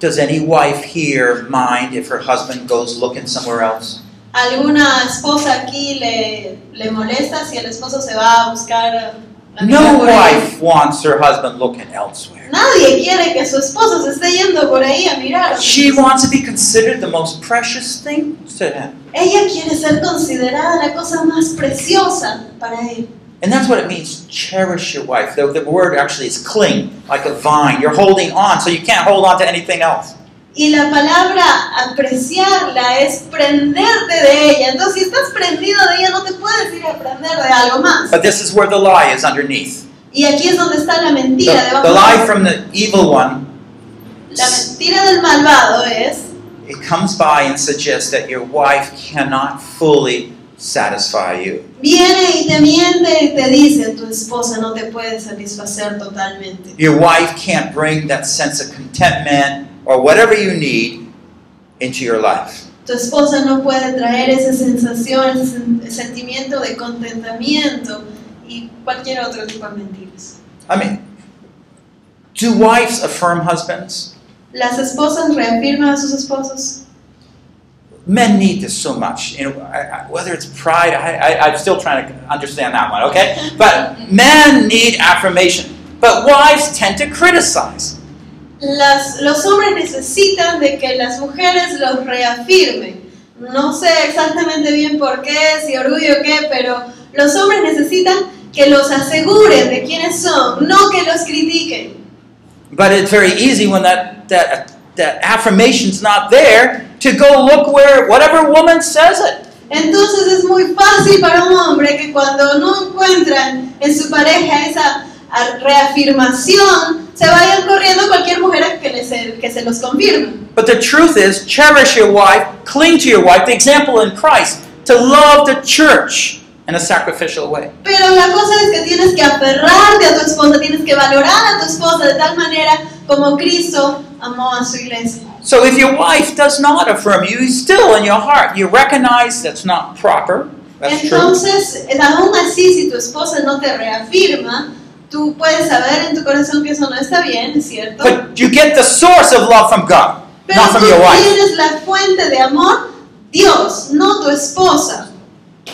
Speaker 1: Does any wife here mind if her husband goes looking somewhere else?
Speaker 3: ¿Alguna esposa aquí le, le molesta si el esposo se va a buscar a a
Speaker 1: No
Speaker 3: por ahí?
Speaker 1: wife wants her husband looking elsewhere.
Speaker 3: Nadie quiere que su esposo se esté yendo por ahí a mirar.
Speaker 1: She wants to be considered the most precious thing to him.
Speaker 3: Ella quiere ser considerada la cosa más preciosa para él.
Speaker 1: And that's what it means cherish your wife. The, the word actually is cling, like a vine. You're holding on, so you can't hold on to anything else.
Speaker 3: Y la palabra apreciarla es prenderte de ella. Entonces, si estás prendido de ella, no te puedes ir a prender de algo más.
Speaker 1: But this is where the lie is underneath.
Speaker 3: Y aquí es donde está la
Speaker 1: The,
Speaker 3: mentira. debajo
Speaker 1: the
Speaker 3: de
Speaker 1: lie from the evil one,
Speaker 3: la mentira del malvado es
Speaker 1: it comes by and suggests that your wife cannot fully satisfy you.
Speaker 3: Viene y te miente y te dice, tu esposa no te puede satisfacer totalmente.
Speaker 1: Your wife can't bring that sense of contentment or whatever you need into your life.
Speaker 3: Tu esposa no puede traer esa sensación, ese sen- sentimiento de contentamiento y cualquier otro tipo de mentiras.
Speaker 1: I mean, do wives affirm husbands?
Speaker 3: Las esposas reafirman a sus esposos.
Speaker 1: Men need this so much. You know, I, I, whether it's pride, I, I, I'm still trying to understand that one, okay? But men need affirmation. But wives tend to criticize.
Speaker 3: Las, los hombres necesitan de que las mujeres los reafirmen. No sé exactamente bien por qué, si orgullo o qué, pero los hombres necesitan que los aseguren de quiénes son, no que los critiquen.
Speaker 1: But it's very easy when that, that, that affirmation's not there to go look where whatever woman says it.
Speaker 3: Entonces es muy fácil para un hombre que cuando no encuentran en su pareja esa a- reafirmación, se vayan corriendo a cualquier mujer a que, les- que se los confirme.
Speaker 1: But the truth is, cherish your wife, cling to your wife, the example in Christ, to love the church in a sacrificial way.
Speaker 3: Pero la cosa es que tienes que aferrarte a tu esposa, tienes que valorar a tu esposa de tal manera como Cristo amó a su iglesia.
Speaker 1: So if your wife does not affirm you, you still in your heart, you recognize that's not proper. That's true.
Speaker 3: Entonces, aún así, si tu esposa no te reafirma, tú puedes saber en tu corazón que eso no está bien, ¿es cierto?
Speaker 1: But you get the source of love from God,
Speaker 3: Pero
Speaker 1: not
Speaker 3: tú
Speaker 1: from your wife.
Speaker 3: tienes la fuente de amor, Dios, no tu esposa.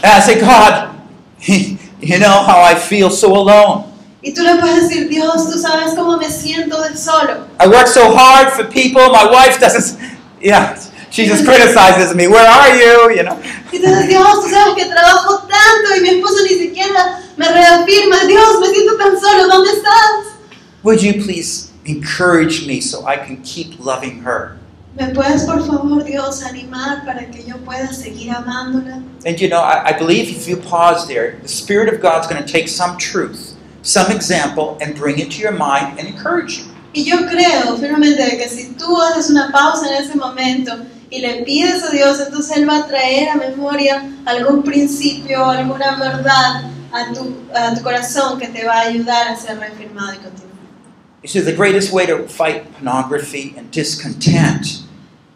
Speaker 1: And I say, God, you know how I feel so alone.
Speaker 3: Y tú le puedes decir, Dios, tú sabes cómo me siento de solo.
Speaker 1: I work so hard for people, my wife doesn't, yeah, she just criticizes me. Where are you? You know.
Speaker 3: Y entonces, Dios, tú sabes que trabajo tanto y mi esposo ni siquiera me reafirma. Dios, me siento tan solo, ¿dónde estás?
Speaker 1: Would you please encourage me so I can keep loving her?
Speaker 3: ¿Me puedes, por favor, Dios, animar para que yo pueda seguir amándola?
Speaker 1: And you know, I, I believe if you pause there, the Spirit of God's going to take some truth, some example, and bring it to your mind and encourage you.
Speaker 3: Y yo creo firmemente de que si tú haces una pausa en ese momento y le pides a Dios, entonces Él va a traer a memoria algún principio, alguna verdad a tu, a tu corazón que te va a ayudar a ser reafirmado y continuar.
Speaker 1: You see, the greatest way to fight pornography and discontent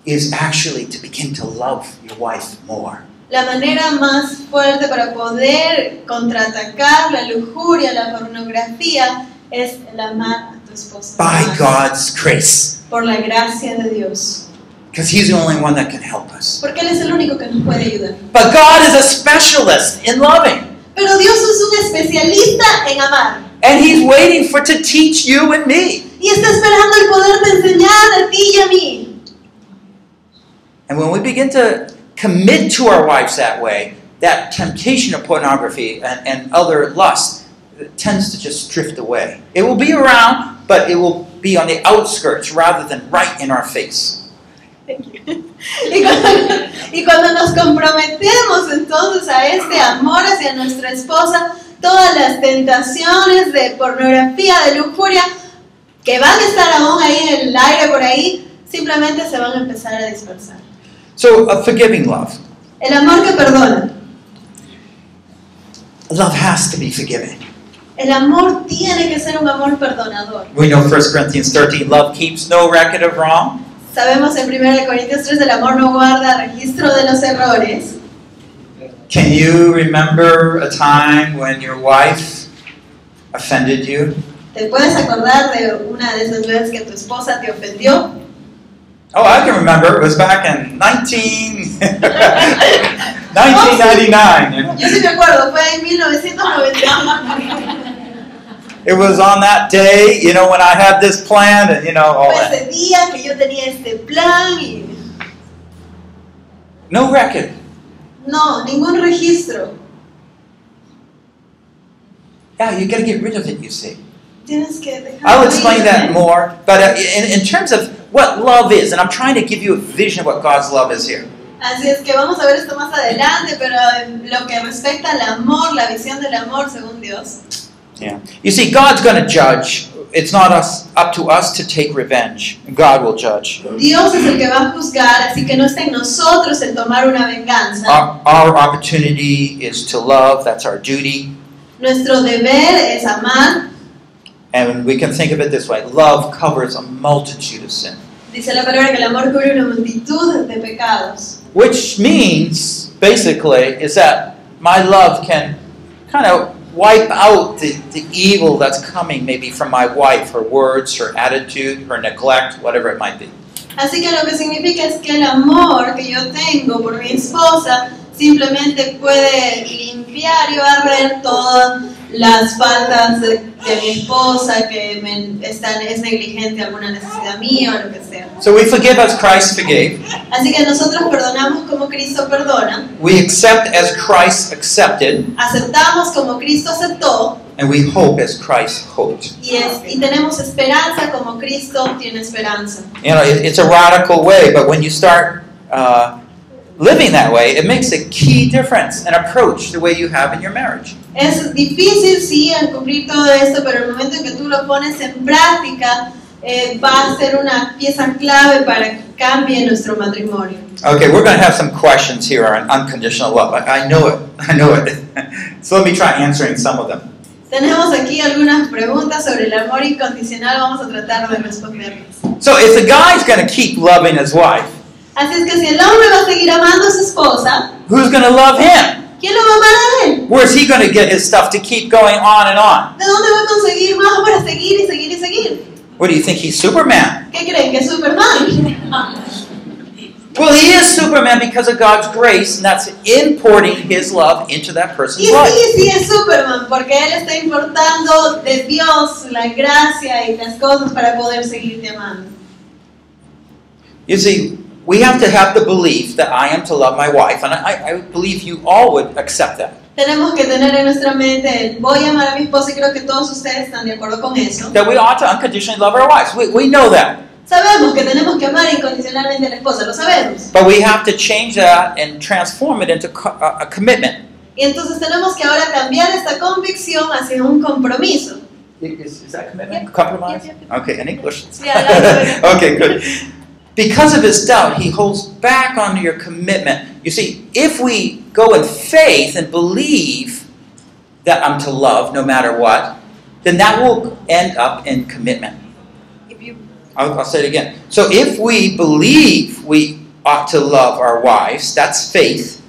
Speaker 1: is actually to begin to love your wife more.
Speaker 3: La manera más fuerte para poder contraatacar la lujuria, la pornografía, es el amar a tu esposa.
Speaker 1: By God's grace,
Speaker 3: Por la gracia de Dios.
Speaker 1: because He's the only one that can help us.
Speaker 3: Porque Él es el único que nos puede ayudar.
Speaker 1: But God is a specialist in loving,
Speaker 3: Pero Dios es un especialista en amar.
Speaker 1: and He's waiting for to teach you and me.
Speaker 3: Y está esperando el poder de enseñar a ti y a mí.
Speaker 1: And when we begin to commit to our wives that way, that temptation of pornography and, and other lust tends to just drift away. It will be around, but it will be on the outskirts rather than right in our face.
Speaker 3: Y cuando, y cuando nos comprometemos entonces a este amor hacia nuestra esposa, todas las tentaciones de pornografía, de lujuria, que van a estar aún ahí en el aire por ahí, simplemente se van a empezar a dispersar.
Speaker 1: So, a forgiving love.
Speaker 3: El amor que perdona.
Speaker 1: Love has to be forgiving.
Speaker 3: El amor tiene que ser un amor perdonador.
Speaker 1: We know 1 Corinthians 13 love keeps no record of wrong.
Speaker 3: Sabemos en 1 Corintios 3 el amor no guarda registro de los errores.
Speaker 1: Can you remember a time when your wife offended you?
Speaker 3: ¿Te puedes acordar de una de esas veces que tu esposa te ofendió?
Speaker 1: Oh, I can remember. It was back in 19, 1999. you know.
Speaker 3: Yo sí me acuerdo, fue en 1991.
Speaker 1: It was on that day, you know, when I had this plan and, you know, all
Speaker 3: Fue
Speaker 1: that.
Speaker 3: ese día que yo tenía este plan y
Speaker 1: No record.
Speaker 3: no, ningún registro.
Speaker 1: Yeah, you gotta get rid of it, you see.
Speaker 3: Tienes que dejar.
Speaker 1: I'll
Speaker 3: ir,
Speaker 1: explain that
Speaker 3: ¿eh?
Speaker 1: more. But uh, in, in terms of what love is, and I'm trying to give you a vision of what God's love is here.
Speaker 3: Así es que vamos a ver esto más adelante, pero en lo que respecta al amor, la visión del amor según Dios.
Speaker 1: You see, God's going to judge. It's not us up to us to take revenge. God will judge.
Speaker 3: Dios es el que va a juzgar, así que no está en nosotros el tomar una venganza.
Speaker 1: Our, our opportunity is to love. That's our duty.
Speaker 3: Nuestro deber es amar.
Speaker 1: And we can think of it this way: love covers a multitude of sin,
Speaker 3: Dice la palabra que el amor cubre una multitud de pecados.
Speaker 1: which means basically is that my love can kind of wipe out the, the evil that's coming maybe from my wife, her words, her attitude, her neglect, whatever it might be.
Speaker 3: Así que lo que significa es que el amor que yo tengo por mi esposa simplemente puede limpiar y barrer todas las faltas de, de mi esposa que me están, es negligente alguna necesidad mía o lo que sea.
Speaker 1: So we forgive as Christ forgave.
Speaker 3: Así que nosotros perdonamos como Cristo perdona,
Speaker 1: We accept as Christ accepted.
Speaker 3: aceptamos como Cristo aceptó
Speaker 1: and we hope as Christ hoped.
Speaker 3: y, es, y tenemos esperanza como Cristo tiene esperanza.
Speaker 1: You know, it, it's a radical way, but when you start uh, living that way, it makes a key difference and approach the way you have in your marriage.
Speaker 3: Es difícil, sí, al cumplir todo esto, pero el momento en que tú lo pones en práctica, eh, va a ser una pieza clave para que cambie nuestro matrimonio.
Speaker 1: Okay, we're going to have some questions here on unconditional love. I, I know it. I know it. so let me try answering some of them.
Speaker 3: Tenemos aquí algunas preguntas sobre el amor incondicional, vamos a tratar de responderlas.
Speaker 1: So if the guy's going to keep loving his wife,
Speaker 3: Así es que si el hombre va a seguir amando a su esposa,
Speaker 1: who's going to love him?
Speaker 3: ¿quién lo va a amar a él?
Speaker 1: Where's he going to get his stuff to keep going on and on?
Speaker 3: ¿De dónde va a conseguir más para seguir y seguir y seguir?
Speaker 1: What do you think? He's Superman.
Speaker 3: ¿Qué creen? ¿Que es Superman?
Speaker 1: Well, he is Superman because of God's grace, and that's importing his love into that
Speaker 3: Y
Speaker 1: person's life.
Speaker 3: sí, sí es Superman, porque él está importando de Dios la gracia y las cosas para poder seguirte amando.
Speaker 1: You see, we have to have the belief that I am to love my wife, and I, I believe you all would accept that.
Speaker 3: Tenemos que tener en nuestra mente, el, voy a amar a mi esposa y creo que todos ustedes están de acuerdo con eso.
Speaker 1: That we ought to unconditionally love our wives. We, we know that.
Speaker 3: Sabemos que tenemos que amar incondicionalmente a la esposa, lo sabemos.
Speaker 1: But we have to change that and transform it into co- uh, a, a commitment.
Speaker 3: Y entonces tenemos que ahora cambiar esta convicción hacia un compromiso.
Speaker 1: Is, is that commitment? Compromise?
Speaker 3: Yep,
Speaker 1: Okay, in English.
Speaker 3: Yeah, that's
Speaker 1: okay, good. Because of his doubt, he holds back on your commitment. You see, if we go in faith and believe that I'm to love no matter what, then that will end up in commitment. I'll, I'll say it again. So if we believe we ought to love our wives, that's faith,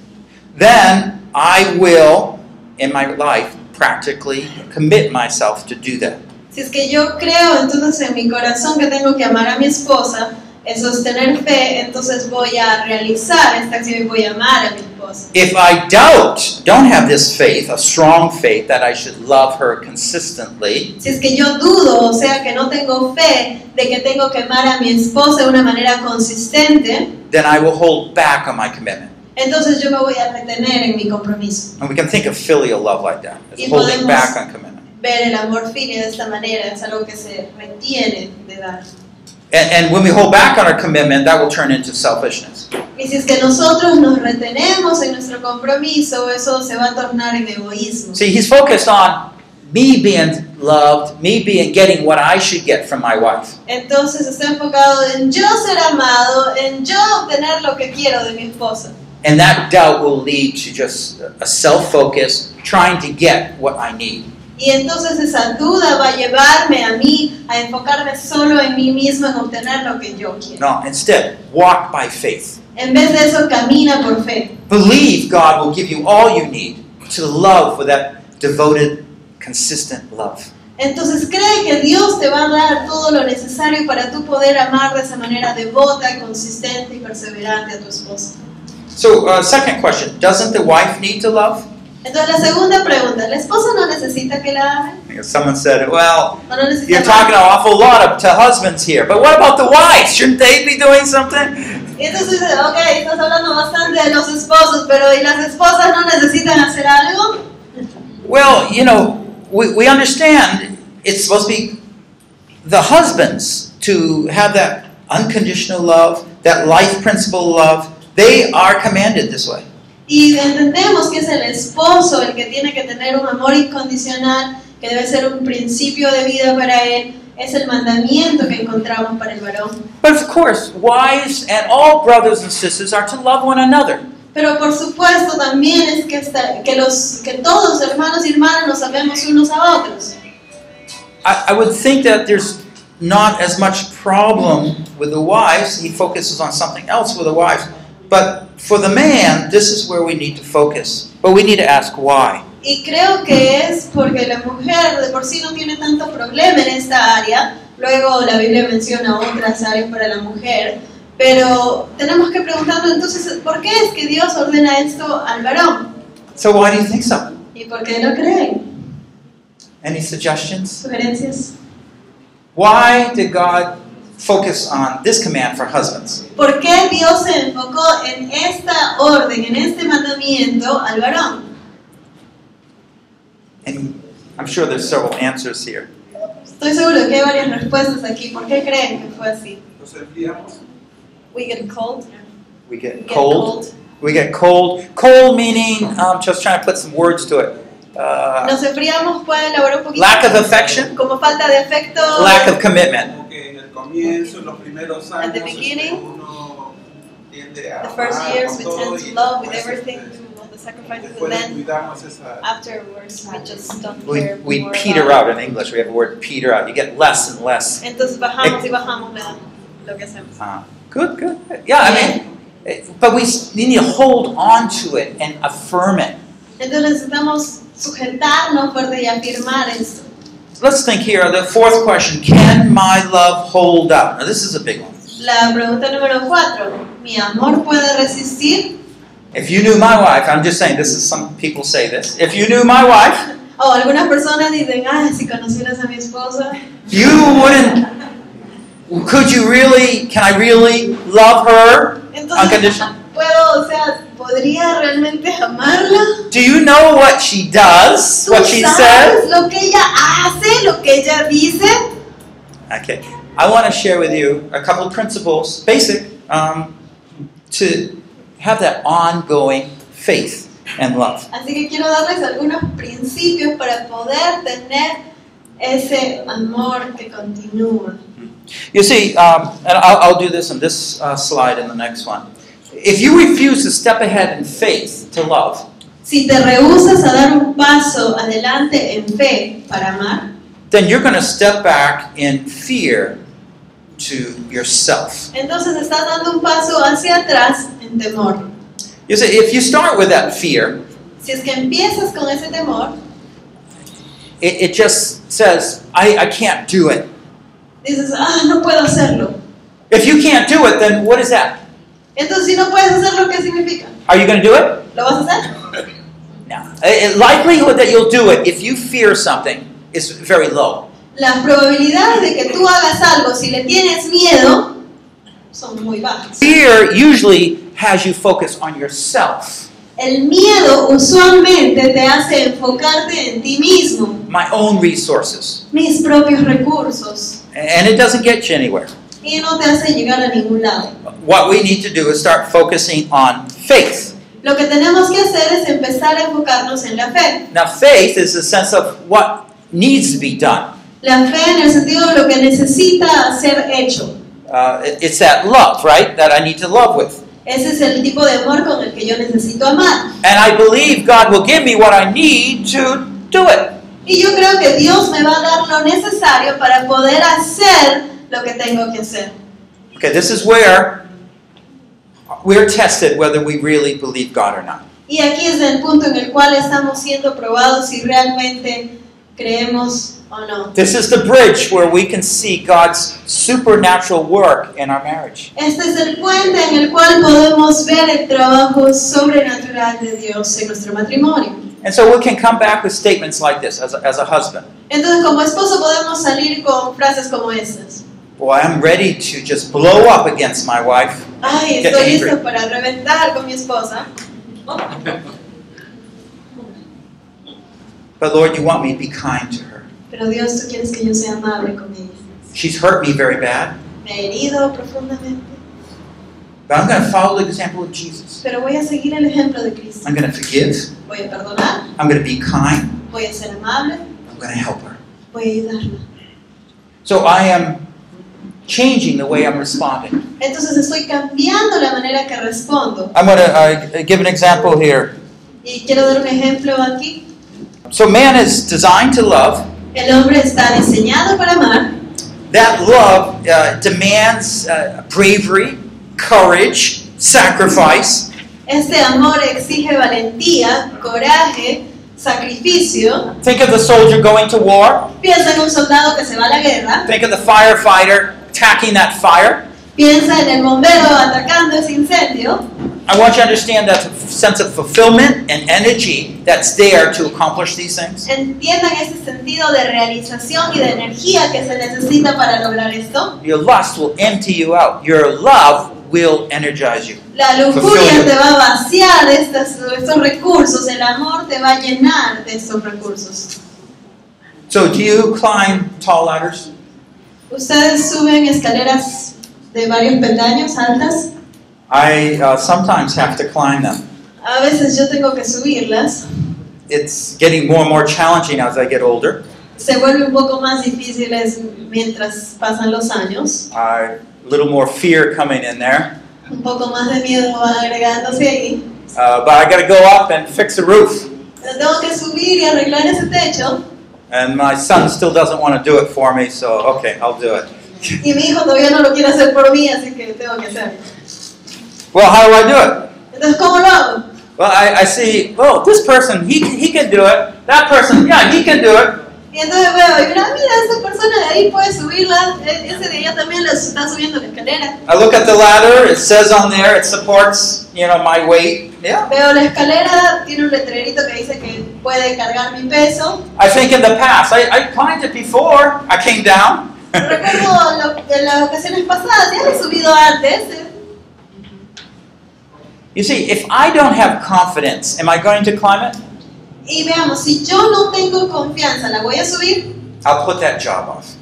Speaker 1: then I will, in my life, practically commit myself to do that.
Speaker 3: Si es que yo creo entonces en mi corazón que tengo que amar a mi esposa, es sostener fe, entonces voy a realizar esta acción y voy a amar a mi esposa.
Speaker 1: If I doubt, don't have this faith, a strong faith that I should love her consistently,
Speaker 3: Si es que yo dudo, o sea que no tengo fe de que tengo que amar a mi esposa de una manera consistente,
Speaker 1: then I will hold back on my commitment.
Speaker 3: entonces yo me voy a retener en mi compromiso.
Speaker 1: And we can think of filial love like that, as
Speaker 3: Y
Speaker 1: holding
Speaker 3: podemos-
Speaker 1: back on commitment.
Speaker 3: Ver el amor filio de esta manera es algo que se retiene de dar.
Speaker 1: And, and when we hold back on our commitment, that will turn into selfishness.
Speaker 3: Y si es que nosotros nos retenemos en nuestro compromiso, eso se va a tornar en egoísmo.
Speaker 1: See, he's focused on me being loved, me being getting what I should get from my wife.
Speaker 3: Entonces está enfocado en yo ser amado, en yo obtener lo que quiero de mi esposa.
Speaker 1: And that doubt will lead to just a self focus, trying to get what I need.
Speaker 3: Y entonces esa duda va a llevarme a mí a enfocarme solo en mí mismo, en obtener lo que yo quiero.
Speaker 1: No, instead, walk by faith.
Speaker 3: En vez de eso, camina por fe.
Speaker 1: Believe God will give you all you need to love with that devoted, consistent love.
Speaker 3: Entonces cree que Dios te va a dar todo lo necesario para tú poder amar de esa manera devota, consistente y perseverante a tu esposa.
Speaker 1: So, uh, second question Doesn't the wife need to love?
Speaker 3: Entonces la segunda pregunta, ¿la esposa no necesita que la amen?
Speaker 1: Because someone said, well,
Speaker 3: ¿O no necesita
Speaker 1: you're
Speaker 3: amar?
Speaker 1: talking an awful lot up to husbands here, but what about the wives? Shouldn't they be doing something?
Speaker 3: Y entonces, ok, estás hablando bastante de los esposos, pero ¿y las esposas no necesitan hacer algo?
Speaker 1: Well, you know, we, we understand it's supposed to be the husbands to have that unconditional love, that life principle love. They are commanded this way.
Speaker 3: Y entendemos que es el esposo el que tiene que tener un amor incondicional, que debe ser un principio de vida para él, es el mandamiento que encontramos para el varón.
Speaker 1: But of course, wives and all brothers and sisters are to love one another.
Speaker 3: Pero por supuesto también es que, esta- que, los, que todos, hermanos y hermanas, nos amemos unos a otros.
Speaker 1: I, I would think that there's not as much problem with the wives. He focuses on something else with the wives. But for the man, this is where we need to focus. But we need to ask why.
Speaker 3: Y creo que es porque la mujer de por sí no tiene tanto problema en esta área. Luego la Biblia menciona otras áreas para la mujer. Pero tenemos que preguntarnos entonces, ¿por qué es que Dios ordena esto al varón?
Speaker 1: So why do you think so?
Speaker 3: ¿Y por qué no creen?
Speaker 1: Any suggestions?
Speaker 3: ¿Sugerencias?
Speaker 1: Why did God focus on this command for husbands?
Speaker 3: ¿Por qué Dios se enfocó en esta orden, en este mandamiento al varón?
Speaker 1: And I'm sure there's several answers here.
Speaker 3: Estoy seguro que hay varias respuestas aquí. ¿Por qué creen que fue así?
Speaker 5: Nos enfriamos.
Speaker 3: We get cold.
Speaker 1: We
Speaker 3: We
Speaker 1: get
Speaker 3: get
Speaker 1: cold. We get cold. Cold meaning, um, just trying to put some words to it. Uh,
Speaker 3: Nos enfriamos, puede elaborar un poquito.
Speaker 1: lack of affection,
Speaker 3: como falta de afecto.
Speaker 1: lack of commitment.
Speaker 5: Como que en el comienzo, en los primeros años,
Speaker 3: At the beginning,
Speaker 5: este, uno tiende a
Speaker 3: The first
Speaker 5: amar
Speaker 3: years
Speaker 5: Ah, con
Speaker 3: we
Speaker 5: todo
Speaker 3: tend to
Speaker 5: y
Speaker 3: love with
Speaker 5: después,
Speaker 3: everything,
Speaker 5: este,
Speaker 3: all the sacrifices,
Speaker 5: después
Speaker 3: and then
Speaker 5: cuidamos esa
Speaker 3: afterwards we just don't
Speaker 1: We,
Speaker 3: care
Speaker 1: we
Speaker 3: more
Speaker 1: peter
Speaker 3: about
Speaker 1: out in English. We have the word peter out. You get less and less.
Speaker 3: it. Entonces bajamos y bajamos la, lo que hacemos.
Speaker 1: Uh, good, good. Yeah, I mean, it- but we, s- we need to hold on to it and affirm it.
Speaker 3: Entonces necesitamos sujetarnos fuerte y afirmar eso.
Speaker 1: Let's think here. The fourth question Can my love hold up? Now, this is a big one.
Speaker 3: La pregunta número cuatro, ¿mi amor puede resistir?
Speaker 1: If you knew my wife, I'm just saying, this is some people say this. If you knew my wife,
Speaker 3: O algunas personas dicen, ah, si conocieras a mi esposa,
Speaker 1: you wouldn't. Could you really? Can I really love her?
Speaker 3: entonces
Speaker 1: Unconditional.
Speaker 3: puedo, o sea, ¿podría realmente amarla?
Speaker 1: Do you know what she does?
Speaker 3: ¿Tú
Speaker 1: What she says?
Speaker 3: sabes lo que ella hace, lo que ella dice?
Speaker 1: Okay. I want to share with you a couple of principles, basic, um, to have that ongoing faith and love.
Speaker 3: Así que quiero darles algunos principios para poder tener ese amor que continúa.
Speaker 1: You see, um, and I'll, I'll do this in this uh, slide and the next one. If you refuse to step ahead in faith to love,
Speaker 3: Si te rehusas a dar un paso adelante en fe para amar,
Speaker 1: then you're going to step back in fear to yourself.
Speaker 3: entonces estás dando un paso hacia atrás en temor.
Speaker 1: You see, if you start with that fear,
Speaker 3: Si es que empiezas con ese temor,
Speaker 1: it, it just says, I, I can't do it.
Speaker 3: dices, ah, no puedo hacerlo.
Speaker 1: If you can't do it, then what is that?
Speaker 3: Entonces, si no puedes hacerlo, ¿qué significa?
Speaker 1: Are you going to do it?
Speaker 3: ¿Lo vas a hacer?
Speaker 1: No. A- a likelihood that you'll do it if you fear something is very low.
Speaker 3: Las probabilidades de que tú hagas algo si le tienes miedo son muy bajas.
Speaker 1: Fear usually has you focus on yourself,
Speaker 3: El miedo usualmente te hace enfocarte en ti mismo,
Speaker 1: my own resources,
Speaker 3: mis propios recursos,
Speaker 1: and it doesn't get you anywhere.
Speaker 3: y no te hace llegar a ningún lado.
Speaker 1: What we need to do is start focusing on faith.
Speaker 3: Lo que tenemos que hacer es empezar a enfocarnos en la fe.
Speaker 1: Now, faith is the sense of what needs to be done.
Speaker 3: La fe en el sentido de lo que necesita ser hecho.
Speaker 1: Uh, it- it's that love, right? That I need to love with.
Speaker 3: Ese es el tipo de amor con el que yo necesito amar.
Speaker 1: And I believe God will give me what I need to do it.
Speaker 3: Y yo creo que Dios me va a dar lo necesario para poder hacer lo que tengo que hacer.
Speaker 1: Okay, this is where we're tested whether we really believe God or not.
Speaker 3: Y aquí es el punto en el cual estamos siendo probados si realmente creemos o no.
Speaker 1: This is the bridge where we can see God's supernatural work in our marriage.
Speaker 3: Este es el puente en el cual podemos ver el trabajo sobrenatural de Dios en nuestro matrimonio.
Speaker 1: And so we can come back with statements like this as a, as a husband.
Speaker 3: Entonces, como esposo podemos salir con frases como estas.
Speaker 1: Well, I'm ready to just blow up against my wife.
Speaker 3: Ay,
Speaker 1: Qué
Speaker 3: estoy
Speaker 1: angry.
Speaker 3: listo para reventar con mi esposa. Oh,
Speaker 1: But Lord, you want me to be kind to her.
Speaker 3: pero Dios, tú quieres que yo sea amable con ella.
Speaker 1: She's hurt me very bad.
Speaker 3: Me he herido profundamente,
Speaker 1: But I'm going to follow the example of Jesus.
Speaker 3: pero voy a seguir el ejemplo de Cristo.
Speaker 1: I'm going to forgive.
Speaker 3: Voy a perdonar,
Speaker 1: I'm going to be kind.
Speaker 3: voy a ser amable,
Speaker 1: I'm going to help her.
Speaker 3: voy a ayudarla.
Speaker 1: So I am changing the way I'm responding.
Speaker 3: Entonces estoy cambiando la manera que respondo.
Speaker 1: I'm going to uh, give an example here.
Speaker 3: Y quiero dar un ejemplo aquí.
Speaker 1: So man is designed to love.
Speaker 3: El hombre está diseñado para amar.
Speaker 1: That love uh, demands uh, bravery, courage, sacrifice.
Speaker 3: Este amor exige valentía, coraje, sacrificio.
Speaker 1: Think of the soldier going to war.
Speaker 3: Piensa en un soldado que se va a la guerra.
Speaker 1: Think of the firefighter attacking that fire.
Speaker 3: Piensa en el bombero atacando ese incendio.
Speaker 1: I want you to understand that sense of fulfillment and energy that's there to accomplish these things.
Speaker 3: Entiendan ese sentido de realización y de energía que se necesita para lograr esto.
Speaker 1: Your lust will empty you out. Your love will energize you.
Speaker 3: La lujuria te va a vaciar de estas- de estos recursos. El amor te va a llenar de estos recursos.
Speaker 1: So, do you climb tall ladders?
Speaker 3: Ustedes suben escaleras de varios peldaños altas.
Speaker 1: I uh, sometimes have to climb them.
Speaker 3: A veces yo tengo que subirlas.
Speaker 1: It's getting more and more challenging as I get older.
Speaker 3: Se vuelven un poco más difíciles mientras pasan los años.
Speaker 1: I a little more fear coming in there.
Speaker 3: Un poco más de miedo van agregándose ahí.
Speaker 1: Uh, but I got to go up and fix the roof.
Speaker 3: Pero tengo que subir y arreglar ese techo.
Speaker 1: And my son still doesn't want to do it for me, so okay, I'll do it.
Speaker 3: Y mi hijo todavía no lo quiere hacer por mí, así que tengo que hacerlo.
Speaker 1: Well, how do I do it?
Speaker 3: Entonces, ¿cómo lo hago?
Speaker 1: Well, I, I see, well, this person, he, can- he can do it. That person, yeah, he can do it.
Speaker 3: Y entonces veo, y mira, mira, esa persona de ahí puede subirla. E- Ese de allá también la está subiendo la escalera.
Speaker 1: I look at the ladder, it says on there, it supports, you know, my weight. Yeah.
Speaker 3: Veo la escalera, tiene un letrerito que dice que puede cargar mi peso.
Speaker 1: I think in the past, I, I climbed it before. I came down.
Speaker 3: Recuerdo lo- de las ocasiones pasadas, ya lo he subido antes. eh.
Speaker 1: you see, if I don't have confidence, am I going to climb it?
Speaker 3: Y veamos, si yo no tengo confianza, la voy a subir,
Speaker 1: I'll put that job off.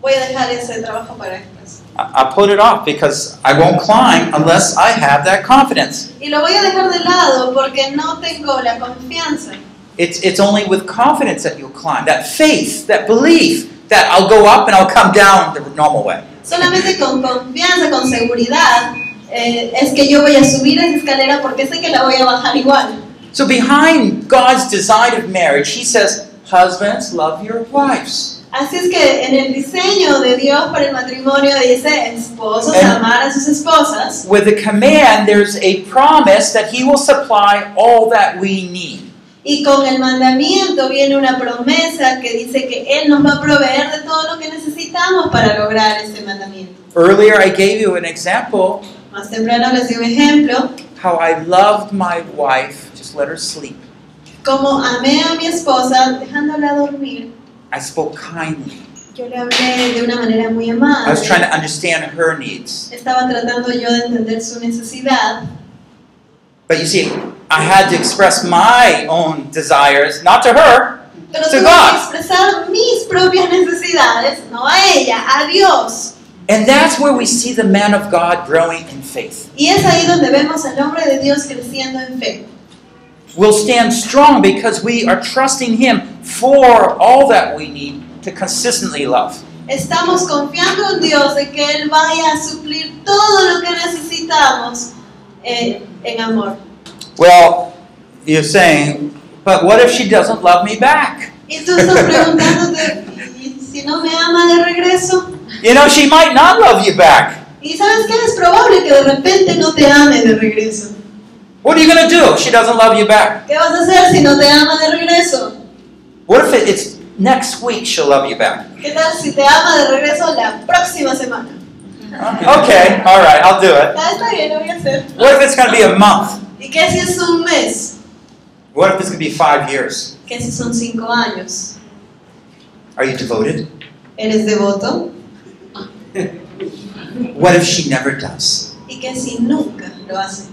Speaker 3: voy a dejar ese trabajo para después.
Speaker 1: I- I'll put it off because I won't climb unless I have that confidence.
Speaker 3: Y lo voy a dejar de lado porque no tengo la confianza.
Speaker 1: It's, it's only with confidence that you'll climb, that faith, that belief that I'll go up and I'll come down the normal way.
Speaker 3: Solamente con confianza, con seguridad, eh, es que yo voy a subir esa escalera porque sé que la voy a bajar igual.
Speaker 1: So, behind God's design of marriage, He says, Husbands, love your wives.
Speaker 3: Así es que en el diseño de Dios para el matrimonio dice esposos
Speaker 1: Eh.
Speaker 3: amar a sus esposas.
Speaker 1: With the command, there's a promise that He will supply all that we need.
Speaker 3: Y con el mandamiento viene una promesa que dice que Él nos va a proveer de todo lo que necesitamos para lograr ese mandamiento.
Speaker 1: Earlier, I gave you an example
Speaker 3: Más temprano les di un ejemplo,
Speaker 1: how I loved my wife, just let her sleep.
Speaker 3: como amé a mi esposa dejándola dormir,
Speaker 1: I spoke kindly.
Speaker 3: yo le hablé de una manera muy
Speaker 1: I was trying
Speaker 3: amable.
Speaker 1: to understand her needs.
Speaker 3: Estaba tratando yo de entender su necesidad,
Speaker 1: But you see, I had to express my own desires, not to her.
Speaker 3: pero
Speaker 1: To
Speaker 3: tuve
Speaker 1: God.
Speaker 3: que expresar mis propias necesidades, no a ella, a Dios.
Speaker 1: And that's where we see the man of God growing in faith.
Speaker 3: Y es ahí donde vemos al hombre de Dios creciendo en fe.
Speaker 1: We'll stand strong because we are trusting Him for all that we need to consistently love.
Speaker 3: Estamos confiando en Dios de que Él vaya a suplir todo lo que necesitamos eh, en amor.
Speaker 1: Well, you're saying, but what if she doesn't love me back?
Speaker 3: Y tú estás preguntándote, "¿Y si no me ama de regreso?
Speaker 1: You know, she might not love you back.
Speaker 3: Y sabes que es probable que de repente no te ame de regreso.
Speaker 1: What are you going to do if she doesn't love you back?
Speaker 3: ¿Qué vas a hacer si no te ama de regreso?
Speaker 1: What if it- it's next week she'll love you back?
Speaker 3: ¿Qué tal si te ama de regreso la próxima semana?
Speaker 1: Okay, all right, I'll do it.
Speaker 3: Ah, está bien, lo voy a hacer.
Speaker 1: What if it's going to be a month?
Speaker 3: ¿Y qué si es un mes?
Speaker 1: What if it's going to be five years?
Speaker 3: ¿Qué si son cinco años?
Speaker 1: Are you devoted?
Speaker 3: ¿Eres devoto?
Speaker 1: What if she never does?
Speaker 3: ¿Y qué si nunca lo hace?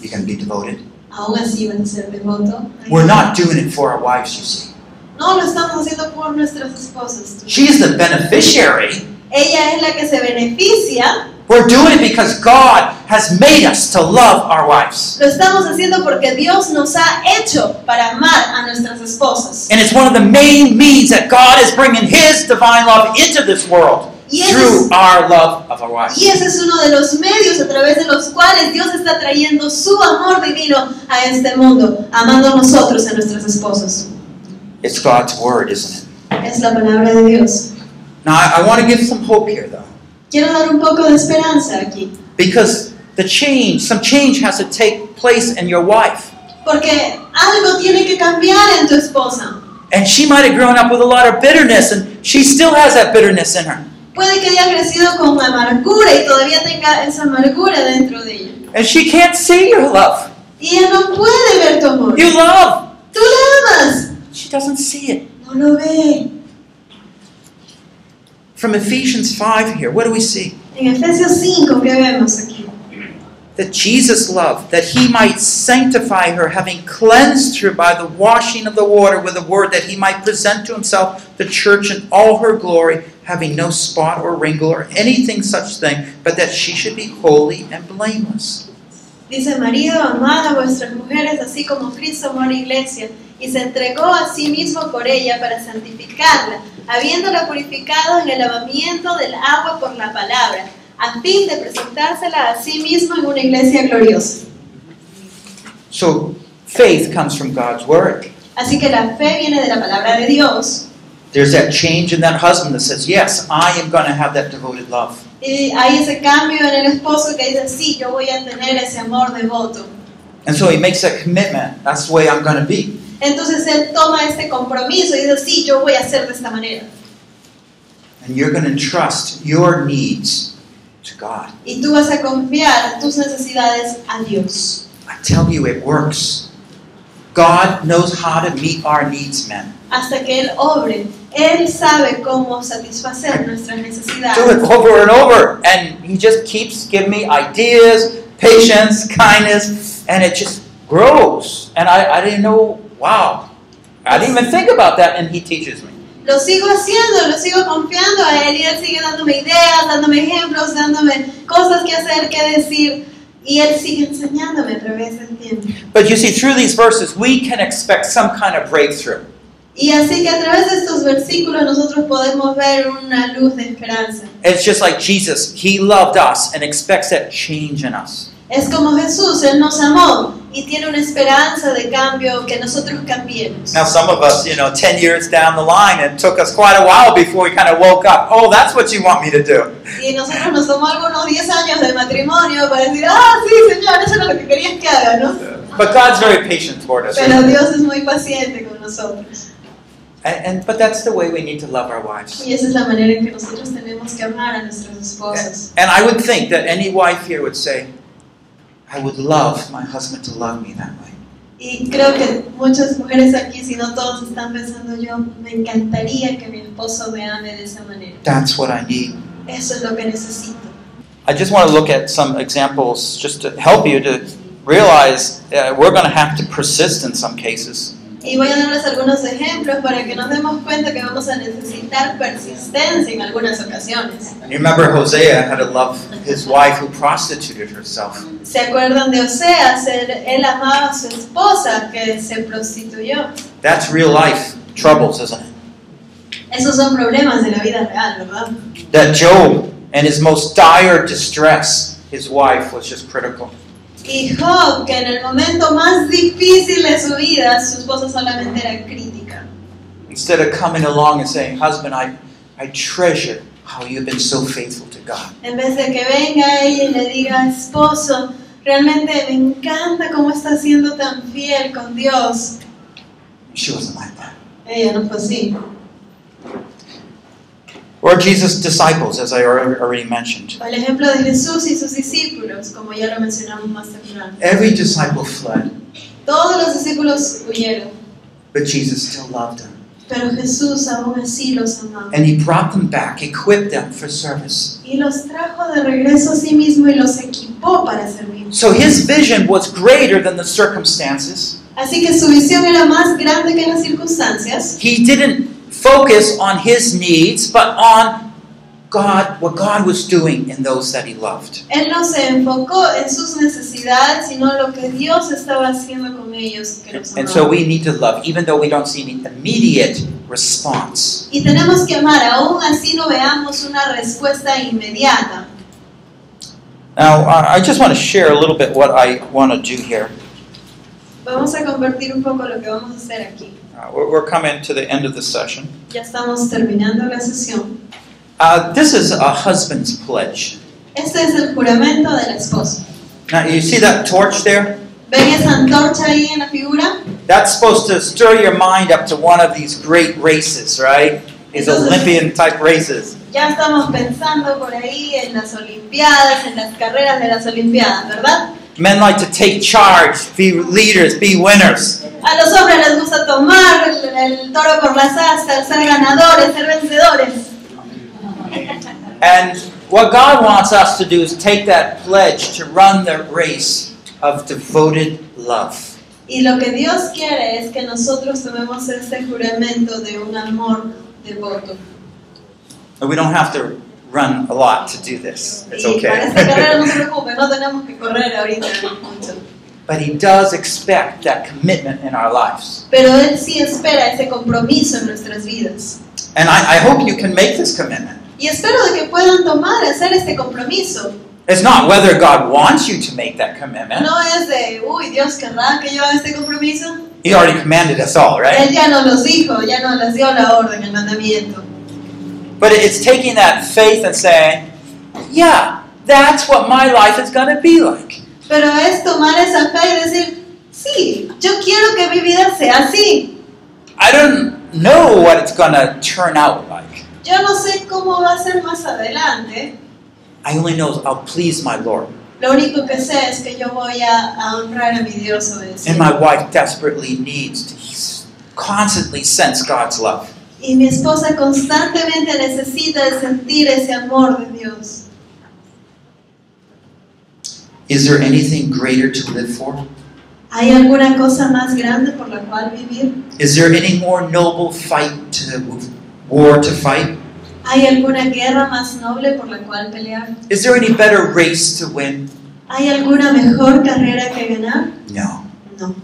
Speaker 1: You can be devoted.
Speaker 3: ¿Aún así vas a ser devoto?
Speaker 1: We're not doing it for our wives, you see.
Speaker 3: No, lo estamos haciendo por nuestras esposas.
Speaker 1: She's the beneficiary.
Speaker 3: Ella es la que se beneficia.
Speaker 1: We're doing it because God has made us to love our wives.
Speaker 3: Lo estamos haciendo porque Dios nos ha hecho para amar a nuestras esposas.
Speaker 1: And it's one of the main means that God is bringing His divine love into this world
Speaker 3: Y ese es-
Speaker 1: through our love of our wives.
Speaker 3: Y ese es uno de los medios a través de los cuales Dios está trayendo su amor divino a este mundo, amando a nosotros, a nuestros esposos.
Speaker 1: It's God's word, isn't it?
Speaker 3: Es la palabra de Dios.
Speaker 1: Now, I, I want to give some hope here, though,
Speaker 3: Quiero dar un poco de esperanza aquí,
Speaker 1: because the change, some change has to take place in your wife.
Speaker 3: porque algo tiene que cambiar en tu esposa.
Speaker 1: And she might have grown up with a lot of bitterness, and she still has that bitterness in her.
Speaker 3: Puede que haya crecido con amargura y todavía tenga esa amargura dentro de ella.
Speaker 1: And she can't see your love.
Speaker 3: Y ella no puede ver tu amor.
Speaker 1: You love.
Speaker 3: Tú la amas.
Speaker 1: She doesn't see it.
Speaker 3: No lo ve.
Speaker 1: From Ephesians 5 here, what do we see?
Speaker 3: En Efesios 5, ¿qué vemos aquí?
Speaker 1: That Jesus loved, that he might sanctify her, having cleansed her by the washing of the water with the word, that he might present to himself the church in all her glory, having no spot or wrinkle or anything such thing, but that she should be holy and blameless.
Speaker 3: Dice, marido, amad a vuestras mujeres así como Cristo amó a la iglesia y se entregó a sí mismo por ella para santificarla, habiéndola purificado en el lavamiento del agua por la palabra, a fin de presentársela a sí mismo en una iglesia gloriosa.
Speaker 1: So faith comes from God's word.
Speaker 3: Así que la fe viene de la palabra de Dios.
Speaker 1: There's that change in that husband that says, Yes, I am going to have that devoted love.
Speaker 3: Y hay ese cambio en el esposo que dice, sí, yo voy a tener ese amor devoto.
Speaker 1: And so he makes that commitment. That's the way I'm going to be.
Speaker 3: Entonces él toma este compromiso y dice, sí, yo voy a hacer de esta manera.
Speaker 1: And you're going to trust your needs to God.
Speaker 3: Y tú vas a confiar tus necesidades a Dios.
Speaker 1: I tell you, it works. God knows how to meet our needs, men.
Speaker 3: Hasta que Él obre. Él sabe cómo satisfacer nuestras
Speaker 1: Do it
Speaker 3: necesidades.
Speaker 1: over and over. And He just keeps giving me ideas, patience, kindness, and it just grows. And I, I didn't know, wow. I didn't even think about that, and He teaches me.
Speaker 3: Lo sigo haciendo, lo sigo confiando a Él y Él sigue dándome ideas, dándome ejemplos, dándome cosas que hacer, que decir. Y Él sigue enseñándome a través del tiempo.
Speaker 1: But you see, through these verses, we can expect some kind of breakthrough.
Speaker 3: Y así que a través de estos versículos nosotros podemos ver una luz de esperanza.
Speaker 1: It's just like Jesus, He loved us and expects that change in us.
Speaker 3: Es como Jesús, Él nos amó y tiene una esperanza de cambio que nosotros cambiemos.
Speaker 1: Now, some of us, you know, 10 years down the line, it took us quite a while before we kind of woke up. Oh, that's what you want me to do.
Speaker 3: Y nosotros nos tomó algunos 10 años de matrimonio para decir, ah, sí, señor, eso era lo que querías que haga, ¿no?
Speaker 1: But God's very patient toward us.
Speaker 3: Pero Dios es muy paciente con nosotros.
Speaker 1: And, and but that's the way we need to love our wives.
Speaker 3: Y esa es la manera en que nosotros tenemos que amar a nuestras esposas.
Speaker 1: And I would think that any wife here would say, I would love my husband to love me that way.
Speaker 3: Y creo que muchas mujeres aquí, si no todos, están pensando, yo me encantaría que mi esposo me ame de esa manera.
Speaker 1: That's what I need.
Speaker 3: Eso es lo que necesito.
Speaker 1: I just want to look at some examples just to help you to realize uh, we're going to have to persist in some cases.
Speaker 3: Y voy a darles algunos ejemplos para que nos demos cuenta que vamos a necesitar persistencia en algunas ocasiones.
Speaker 1: And you remember Hosea had to love his wife who prostituted herself.
Speaker 3: ¿Se acuerdan de Oseas? Él, él amaba a su esposa que se prostituyó.
Speaker 1: That's real life troubles, isn't it?
Speaker 3: Esos son problemas de la vida real, ¿verdad?
Speaker 1: That Job, in his most dire distress, his wife was just critical.
Speaker 3: Y Job, que en el momento más difícil de su vida, su esposa solamente era crítica.
Speaker 1: Instead of coming along and saying, Husband, I, I treasure how you've been so faithful to God.
Speaker 3: En vez de que venga ella y le diga, esposo, realmente me encanta cómo estás siendo tan fiel con Dios.
Speaker 1: She wasn't like that.
Speaker 3: Ella no fue así.
Speaker 1: Or Jesus' disciples, as I alre- already mentioned.
Speaker 3: O el ejemplo de Jesús y sus discípulos, como ya lo mencionamos más temprano.
Speaker 1: Every disciple fled,
Speaker 3: Todos los discípulos huyeron,
Speaker 1: but Jesus still loved them.
Speaker 3: pero Jesús aún así los amaba.
Speaker 1: And he brought them back, equipped them for service.
Speaker 3: Y los trajo de regreso a sí mismo y los equipó para servir.
Speaker 1: So his vision was greater than the circumstances.
Speaker 3: Así que su visión era más grande que las circunstancias.
Speaker 1: He didn't focus on his needs, but on God, what God was doing in those that he loved.
Speaker 3: Él no se enfocó en sus necesidades, sino lo que Dios estaba haciendo con ellos que los
Speaker 1: And so
Speaker 3: amaba.
Speaker 1: we need to love, even though we don't see any immediate response.
Speaker 3: Y tenemos que amar, aún así no veamos una respuesta inmediata.
Speaker 1: Now, I I just want to share a little bit what I want to do here.
Speaker 3: Vamos a compartir un poco lo que vamos a hacer aquí.
Speaker 1: Uh, we're, we're coming to the end of the session.
Speaker 3: Ya estamos terminando la sesión.
Speaker 1: Uh, this is a husband's pledge.
Speaker 3: Este es el juramento del esposo.
Speaker 1: Now, you see that torch there?
Speaker 3: ¿Ven esa antorcha ahí en la figura?
Speaker 1: That's supposed to stir your mind up to one of these great races, right? These Olympian type races.
Speaker 3: Ya estamos pensando por ahí en las Olimpiadas, en las carreras de las Olimpiadas, ¿verdad?
Speaker 1: Men like to take charge, be leaders, be winners.
Speaker 3: A los hombres les gusta tomar el, el toro por las astas, ser ganadores, ser vencedores.
Speaker 1: And what God wants us to do is take that pledge to run the race of devoted love.
Speaker 3: Y lo que Dios quiere es que nosotros tomemos este juramento de un amor devoto.
Speaker 1: And we don't have to run a lot to do this. It's
Speaker 3: y para esta carrera no se
Speaker 1: okay.
Speaker 3: preocupen, no tenemos que correr ahorita mucho.
Speaker 1: but He does expect that commitment in our lives.
Speaker 3: Pero Él sí espera ese compromiso en nuestras vidas.
Speaker 1: And I, I hope you can make this commitment.
Speaker 3: Y espero de que puedan tomar, hacer este compromiso.
Speaker 1: It's not whether God wants you to make that commitment.
Speaker 3: No es de, uy, Dios querrá que yo haga este compromiso.
Speaker 1: He already commanded us all, right?
Speaker 3: Él ya nos los dijo, ya nos las dio la orden, el mandamiento.
Speaker 1: But it's taking that faith and saying, yeah, that's what my life is going to be like.
Speaker 3: Pero es tomar esa fe y decir, sí, yo quiero que mi vida sea así.
Speaker 1: I don't know what it's going to turn out like.
Speaker 3: Yo no sé cómo va a ser más adelante.
Speaker 1: I only know I'll please my Lord.
Speaker 3: Lo único que sé es que yo voy a, a honrar a mi Dios
Speaker 1: And
Speaker 3: obedeciendo.
Speaker 1: my wife desperately needs to s- constantly sense God's love.
Speaker 3: Y mi esposa constantemente necesita de sentir ese amor de Dios.
Speaker 1: Is there anything greater to live for?
Speaker 3: ¿Hay alguna cosa más grande por la cual vivir?
Speaker 1: Is there any more noble fight to war to fight?
Speaker 3: ¿Hay alguna guerra más noble por la cual pelear?
Speaker 1: Is there any better race to win?
Speaker 3: ¿Hay alguna mejor carrera que ganar?
Speaker 1: No.
Speaker 3: No.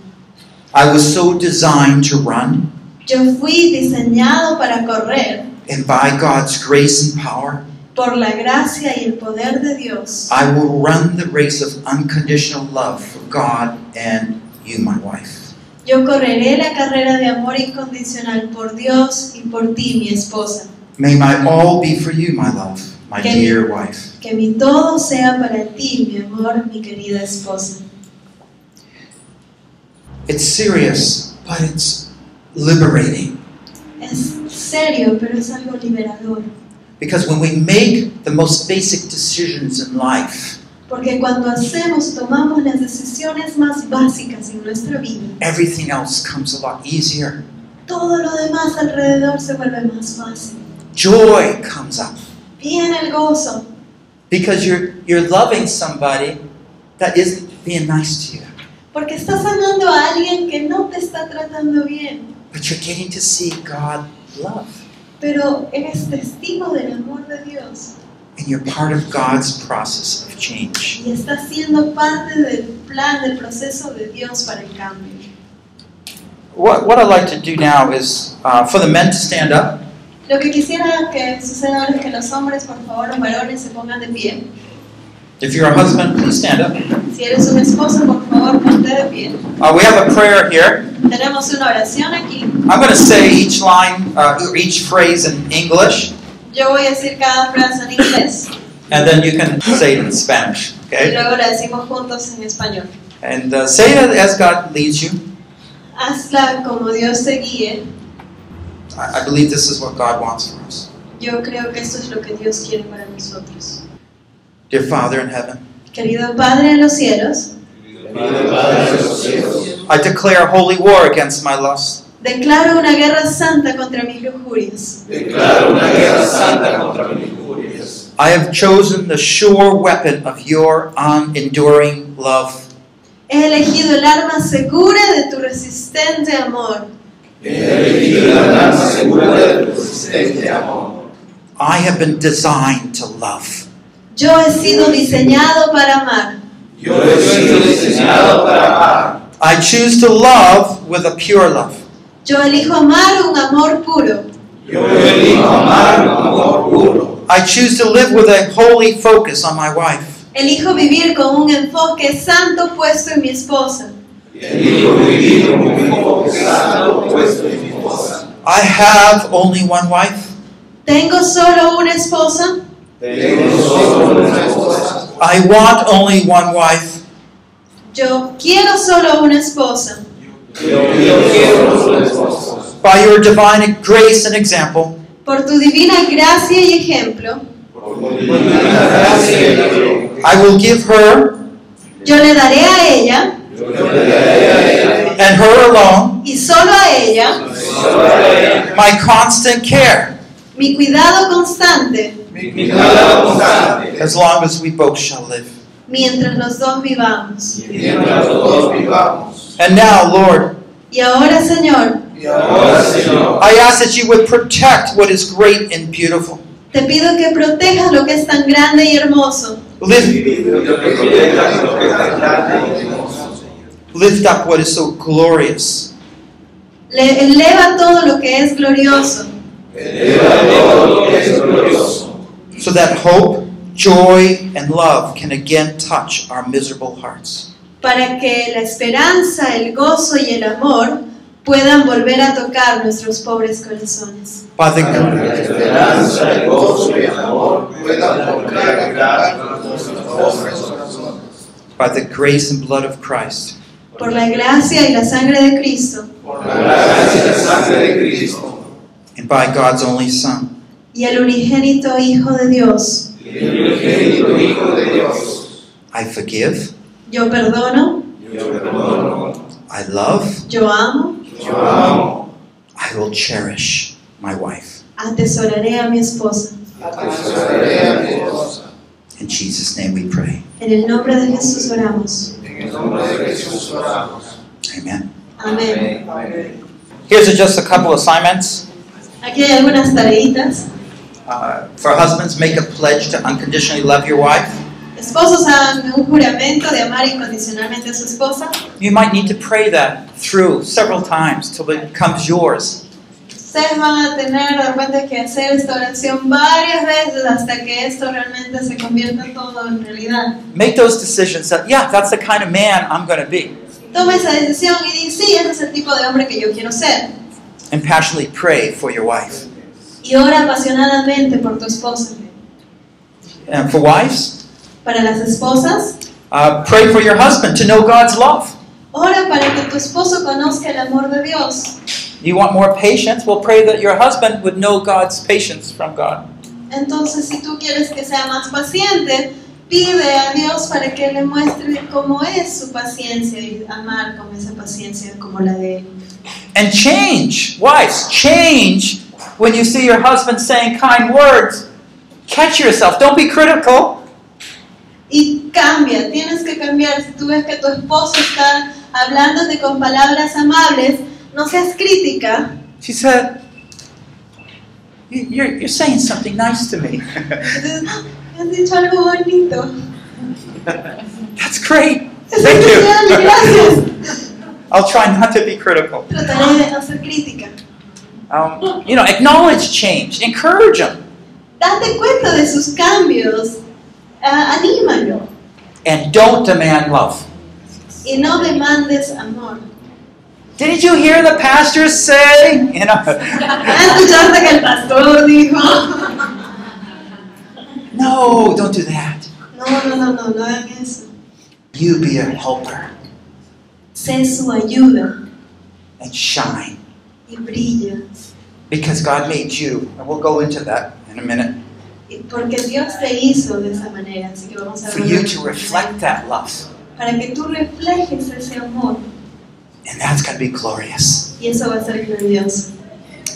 Speaker 1: I was so designed to run,
Speaker 3: Yo fui diseñado para correr.
Speaker 1: and by God's grace and power,
Speaker 3: Por la gracia y el poder de Dios,
Speaker 1: I will run the race of unconditional love for God and you, my wife.
Speaker 3: yo correré la carrera de amor incondicional por Dios y por ti, mi esposa.
Speaker 1: May my all be for you, my love, my
Speaker 3: Okay.
Speaker 1: dear wife.
Speaker 3: Que mi todo sea para ti, mi amor, mi querida esposa.
Speaker 1: It's serious, but it's liberating.
Speaker 3: Es serio, pero es algo liberador.
Speaker 1: Because when we make the most basic decisions in life,
Speaker 3: Porque cuando hacemos, tomamos las decisiones más básicas en nuestra vida,
Speaker 1: everything else comes a lot easier.
Speaker 3: todo lo demás alrededor se vuelve más fácil.
Speaker 1: Joy comes up
Speaker 3: Viene el gozo,
Speaker 1: because you're, you're loving somebody that isn't being nice to you.
Speaker 3: Porque estás amando a alguien que no te está tratando bien,
Speaker 1: But you're getting to see God love.
Speaker 3: pero eres testigo del amor de Dios
Speaker 1: And you're part of God's process of change.
Speaker 3: y estás siendo parte del plan, del proceso de Dios para el cambio.
Speaker 1: What, what I'd like to do now is uh, for the men to stand up.
Speaker 3: Lo que quisiera que suceda ahora es que los hombres, por favor, los varones, se pongan de pie.
Speaker 1: If you're a husband, please stand up.
Speaker 3: Si eres un esposo, por favor, ponte de pie.
Speaker 1: Uh, we have a prayer here.
Speaker 3: Tenemos una oración aquí.
Speaker 1: I'm going to say each line, uh, or each phrase in English,
Speaker 3: Yo voy a decir cada frase en inglés
Speaker 1: and then you can say it in Spanish.
Speaker 3: y
Speaker 1: Okay?
Speaker 3: luego la decimos juntos en español.
Speaker 1: And uh, say it as God leads you.
Speaker 3: Hazla como Dios te guíe.
Speaker 1: I, I believe this is what God wants for us.
Speaker 3: Yo creo que esto es lo que Dios quiere para nosotros.
Speaker 1: Dear Father in heaven,
Speaker 3: Querido Padre de los cielos,
Speaker 6: Querido Padre de los cielos,
Speaker 1: I declare holy war against my lust.
Speaker 3: declaro una guerra santa contra mis lujurias.
Speaker 6: declaro una guerra santa contra mis lujurias.
Speaker 1: I have chosen the sure weapon of your unenduring love.
Speaker 3: He elegido el arma segura de tu resistente amor.
Speaker 6: He elegido la danza segura de tu existente amor.
Speaker 1: I have been designed to love.
Speaker 3: Yo he sido diseñado para amar.
Speaker 6: Yo he sido diseñado para amar.
Speaker 1: I choose to love with a pure love.
Speaker 3: Yo elijo amar un amor puro.
Speaker 6: Yo elijo amar con amor puro.
Speaker 1: I choose to live with a holy focus on my wife.
Speaker 3: Elijo vivir con un enfoque santo puesto en mi esposa.
Speaker 6: Elijo vivir como un hijo santo puesto en mi esposa.
Speaker 1: I have only one wife.
Speaker 3: Tengo solo una esposa.
Speaker 6: Tengo solo una esposa.
Speaker 1: I want only one wife.
Speaker 3: Yo quiero solo una esposa.
Speaker 6: Yo yo quiero una esposa.
Speaker 1: By your divine grace and example,
Speaker 3: Por tu divina gracia y ejemplo,
Speaker 6: Por divina gracia y gloria,
Speaker 1: I will give her
Speaker 3: yo le daré a ella
Speaker 6: yo le daré a ella,
Speaker 1: and her alone
Speaker 3: y solo a ella
Speaker 6: solo a ella,
Speaker 1: my constant care
Speaker 3: mi cuidado constante
Speaker 6: mi cuidado constante.
Speaker 1: as long as we both shall live.
Speaker 3: mientras los dos vivamos.
Speaker 6: mientras los dos vivamos.
Speaker 1: And now, Lord,
Speaker 3: Y ahora, Señor,
Speaker 6: Y ahora, Señor,
Speaker 1: I ask that you would protect what is great and beautiful.
Speaker 3: te pido que protejas lo que es tan grande y hermoso.
Speaker 1: Lift,
Speaker 6: lo que protejas lo que está grande y hermoso.
Speaker 1: lift up what is so glorious.
Speaker 3: Le- eleva todo lo que es glorioso
Speaker 6: Eleva todo lo que es glorioso,
Speaker 1: so that hope, joy, and love can again touch our miserable hearts.
Speaker 3: para que la esperanza, el gozo y el amor puedan volver a tocar nuestros pobres corazones.
Speaker 1: By
Speaker 6: para que la
Speaker 1: the,
Speaker 6: esperanza, el gozo y el amor puedan tocar y agradar a nuestros pobres corazones.
Speaker 1: by the grace and blood of Christ,
Speaker 3: Por la gracia y la sangre de Cristo
Speaker 6: Por la gracia y la sangre de Cristo,
Speaker 1: and by God's only Son,
Speaker 3: y el unigénito Hijo de Dios,
Speaker 6: y el unigénito Hijo de Dios,
Speaker 1: I forgive,
Speaker 3: yo perdono,
Speaker 6: yo perdono,
Speaker 1: I love,
Speaker 3: yo amo,
Speaker 6: yo amo,
Speaker 1: I will cherish my wife.
Speaker 3: atesoraré a mi esposa.
Speaker 6: atesoraré a mi esposa.
Speaker 1: In Jesus' name we pray.
Speaker 3: En el nombre de Jesús oramos.
Speaker 6: En el nombre de Jesús oramos.
Speaker 1: Amen.
Speaker 3: Amén.
Speaker 6: Amén.
Speaker 1: Here's just a couple assignments.
Speaker 3: Aquí hay algunas tareitas.
Speaker 1: Uh, for husbands, make a pledge to unconditionally love your wife.
Speaker 3: Esposos hagan un juramento de amar incondicionalmente a su esposa.
Speaker 1: You might need to pray that through several times till it becomes yours.
Speaker 3: Ustedes van a tener de repente que hacer esta oración varias veces hasta que esto realmente se convierta todo en realidad.
Speaker 1: Make those decisions that, yeah, that's the kind of man I'm going to be.
Speaker 3: Toma esa decisión y di, sí, ese es el tipo de hombre que yo quiero ser.
Speaker 1: And passionately pray for your wife.
Speaker 3: Y ora apasionadamente por tu esposa.
Speaker 1: And for wives,
Speaker 3: Para las esposas,
Speaker 1: uh, pray for your husband to know God's love.
Speaker 3: ora para que tu esposo conozca el amor de Dios.
Speaker 1: You want more patience? Well, pray that your husband would know God's patience from God.
Speaker 3: Entonces, si tú quieres que sea más paciente, pide a Dios para que le muestre cómo es su paciencia y amar con esa paciencia como la de él.
Speaker 1: And change. Wives, change when you see your husband saying kind words. Catch yourself. Don't be critical.
Speaker 3: Y cambia, tienes que cambiar. Si tú ves que tu esposo está hablándote con palabras amables, no seas crítica.
Speaker 1: She said, "You- you're, you're saying something nice to me.
Speaker 3: Entonces, "Ah, me has dicho algo bonito.
Speaker 1: That's great.
Speaker 3: Es
Speaker 1: Thank you.
Speaker 3: especial, gracias.
Speaker 1: I'll try not to be critical.
Speaker 3: Trataré de no ser crítica.
Speaker 1: Um, you know, acknowledge change, encourage them,
Speaker 3: Date cuenta de sus cambios, ah, anímalo
Speaker 1: and don't demand love.
Speaker 3: y no demandes amor.
Speaker 1: Didn't you hear the pastor say? You know,
Speaker 3: ¿Escuchaste que el pastor dijo?
Speaker 1: no, don't do that.
Speaker 3: No, no, no, no, no hagan eso.
Speaker 1: You be a helper
Speaker 3: Sé su ayuda
Speaker 1: and shine
Speaker 3: y brilla.
Speaker 1: because God made you, and we'll go into that in a minute,
Speaker 3: Y Porque Dios te hizo de esa manera, así que vamos a
Speaker 1: for you
Speaker 3: ver.
Speaker 1: to reflect that love.
Speaker 3: Para que tú reflejes ese amor
Speaker 1: And that's going to be glorious.
Speaker 3: y eso va a ser glorioso.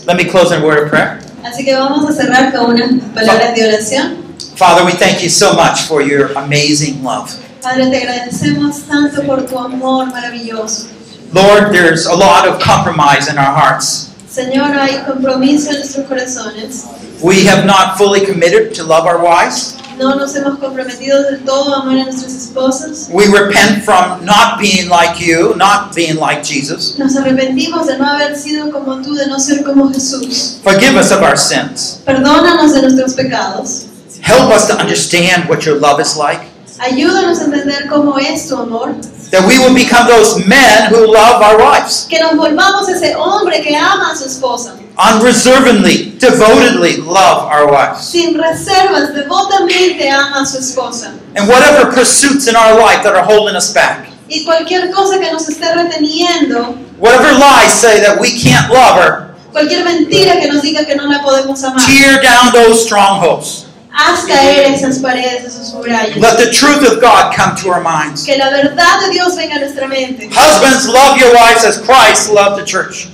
Speaker 1: Let me close in a word of prayer.
Speaker 3: Así que vamos a cerrar con unas palabras de oración.
Speaker 1: Father, we thank you so much for your amazing love.
Speaker 3: Padre, te agradecemos tanto por tu amor maravilloso.
Speaker 1: Lord, there's a lot of compromise in our hearts.
Speaker 3: Señor, hay compromiso en nuestros corazones.
Speaker 1: We have not fully committed to love our wives.
Speaker 3: No nos hemos comprometido del todo a amar a nuestros esposos.
Speaker 1: We repent from not being like you, not being like Jesus.
Speaker 3: Nos arrepentimos de no haber sido como tú, de no ser como Jesús.
Speaker 1: Forgive us of our sins.
Speaker 3: Perdónanos de nuestros pecados.
Speaker 1: Help us to understand what your love is like.
Speaker 3: Ayúdanos a entender cómo es tu amor.
Speaker 1: That we will become those men who love our wives
Speaker 3: Que nos volvamos ese hombre que ama a su esposa.
Speaker 1: unreservedly, devotedly love our wives.
Speaker 3: Sin reservas, devotamente ama a su esposa.
Speaker 1: And whatever pursuits in our life that are holding us back,
Speaker 3: Y cualquier cosa que nos esté reteniendo,
Speaker 1: whatever lies say that we can't love her,
Speaker 3: cualquier mentira que nos diga que no la podemos amar,
Speaker 1: tear down those strongholds.
Speaker 3: haz caer esas paredes, esos murallas.
Speaker 1: Let the truth of God come to our minds.
Speaker 3: Que la verdad de Dios venga a nuestra mente.
Speaker 1: Husbands, love your wives as Christ loved the church.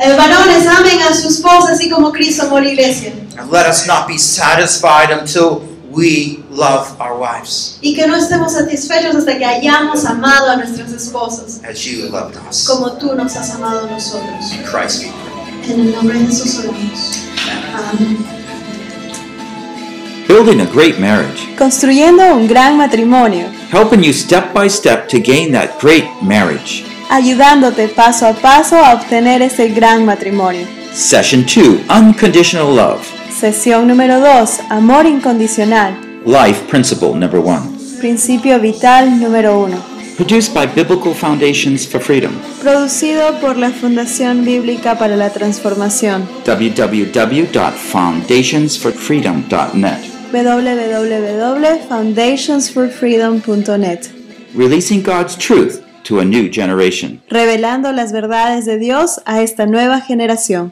Speaker 3: Eh, varones, amen a su esposa así como Cristo amó la iglesia.
Speaker 1: And let us not be satisfied until we love our wives
Speaker 3: Y que no estemos satisfechos hasta que hayamos amado a nuestras esposas,
Speaker 1: as you loved us.
Speaker 3: como tú nos has amado a nosotros.
Speaker 1: In Christ.
Speaker 3: En el nombre de Jesús oramos. Amén.
Speaker 7: Building a great marriage,
Speaker 2: Construyendo un gran matrimonio,
Speaker 7: helping you step by step to gain that great marriage.
Speaker 2: ayudándote paso a paso a obtener ese gran matrimonio.
Speaker 7: Session 2 Unconditional Love,
Speaker 2: Sesión número 2. Amor incondicional.
Speaker 7: Life Principle Number 1.
Speaker 2: Principio vital número 1.
Speaker 7: Produced by Biblical Foundations for Freedom,
Speaker 2: Producido por la Fundación Bíblica para la Transformación.
Speaker 7: www.foundationsforfreedom.net.
Speaker 2: www.foundationsforfreedom.net.
Speaker 7: Releasing God's truth to a new generation.
Speaker 2: Revelando las verdades de Dios a esta nueva generación.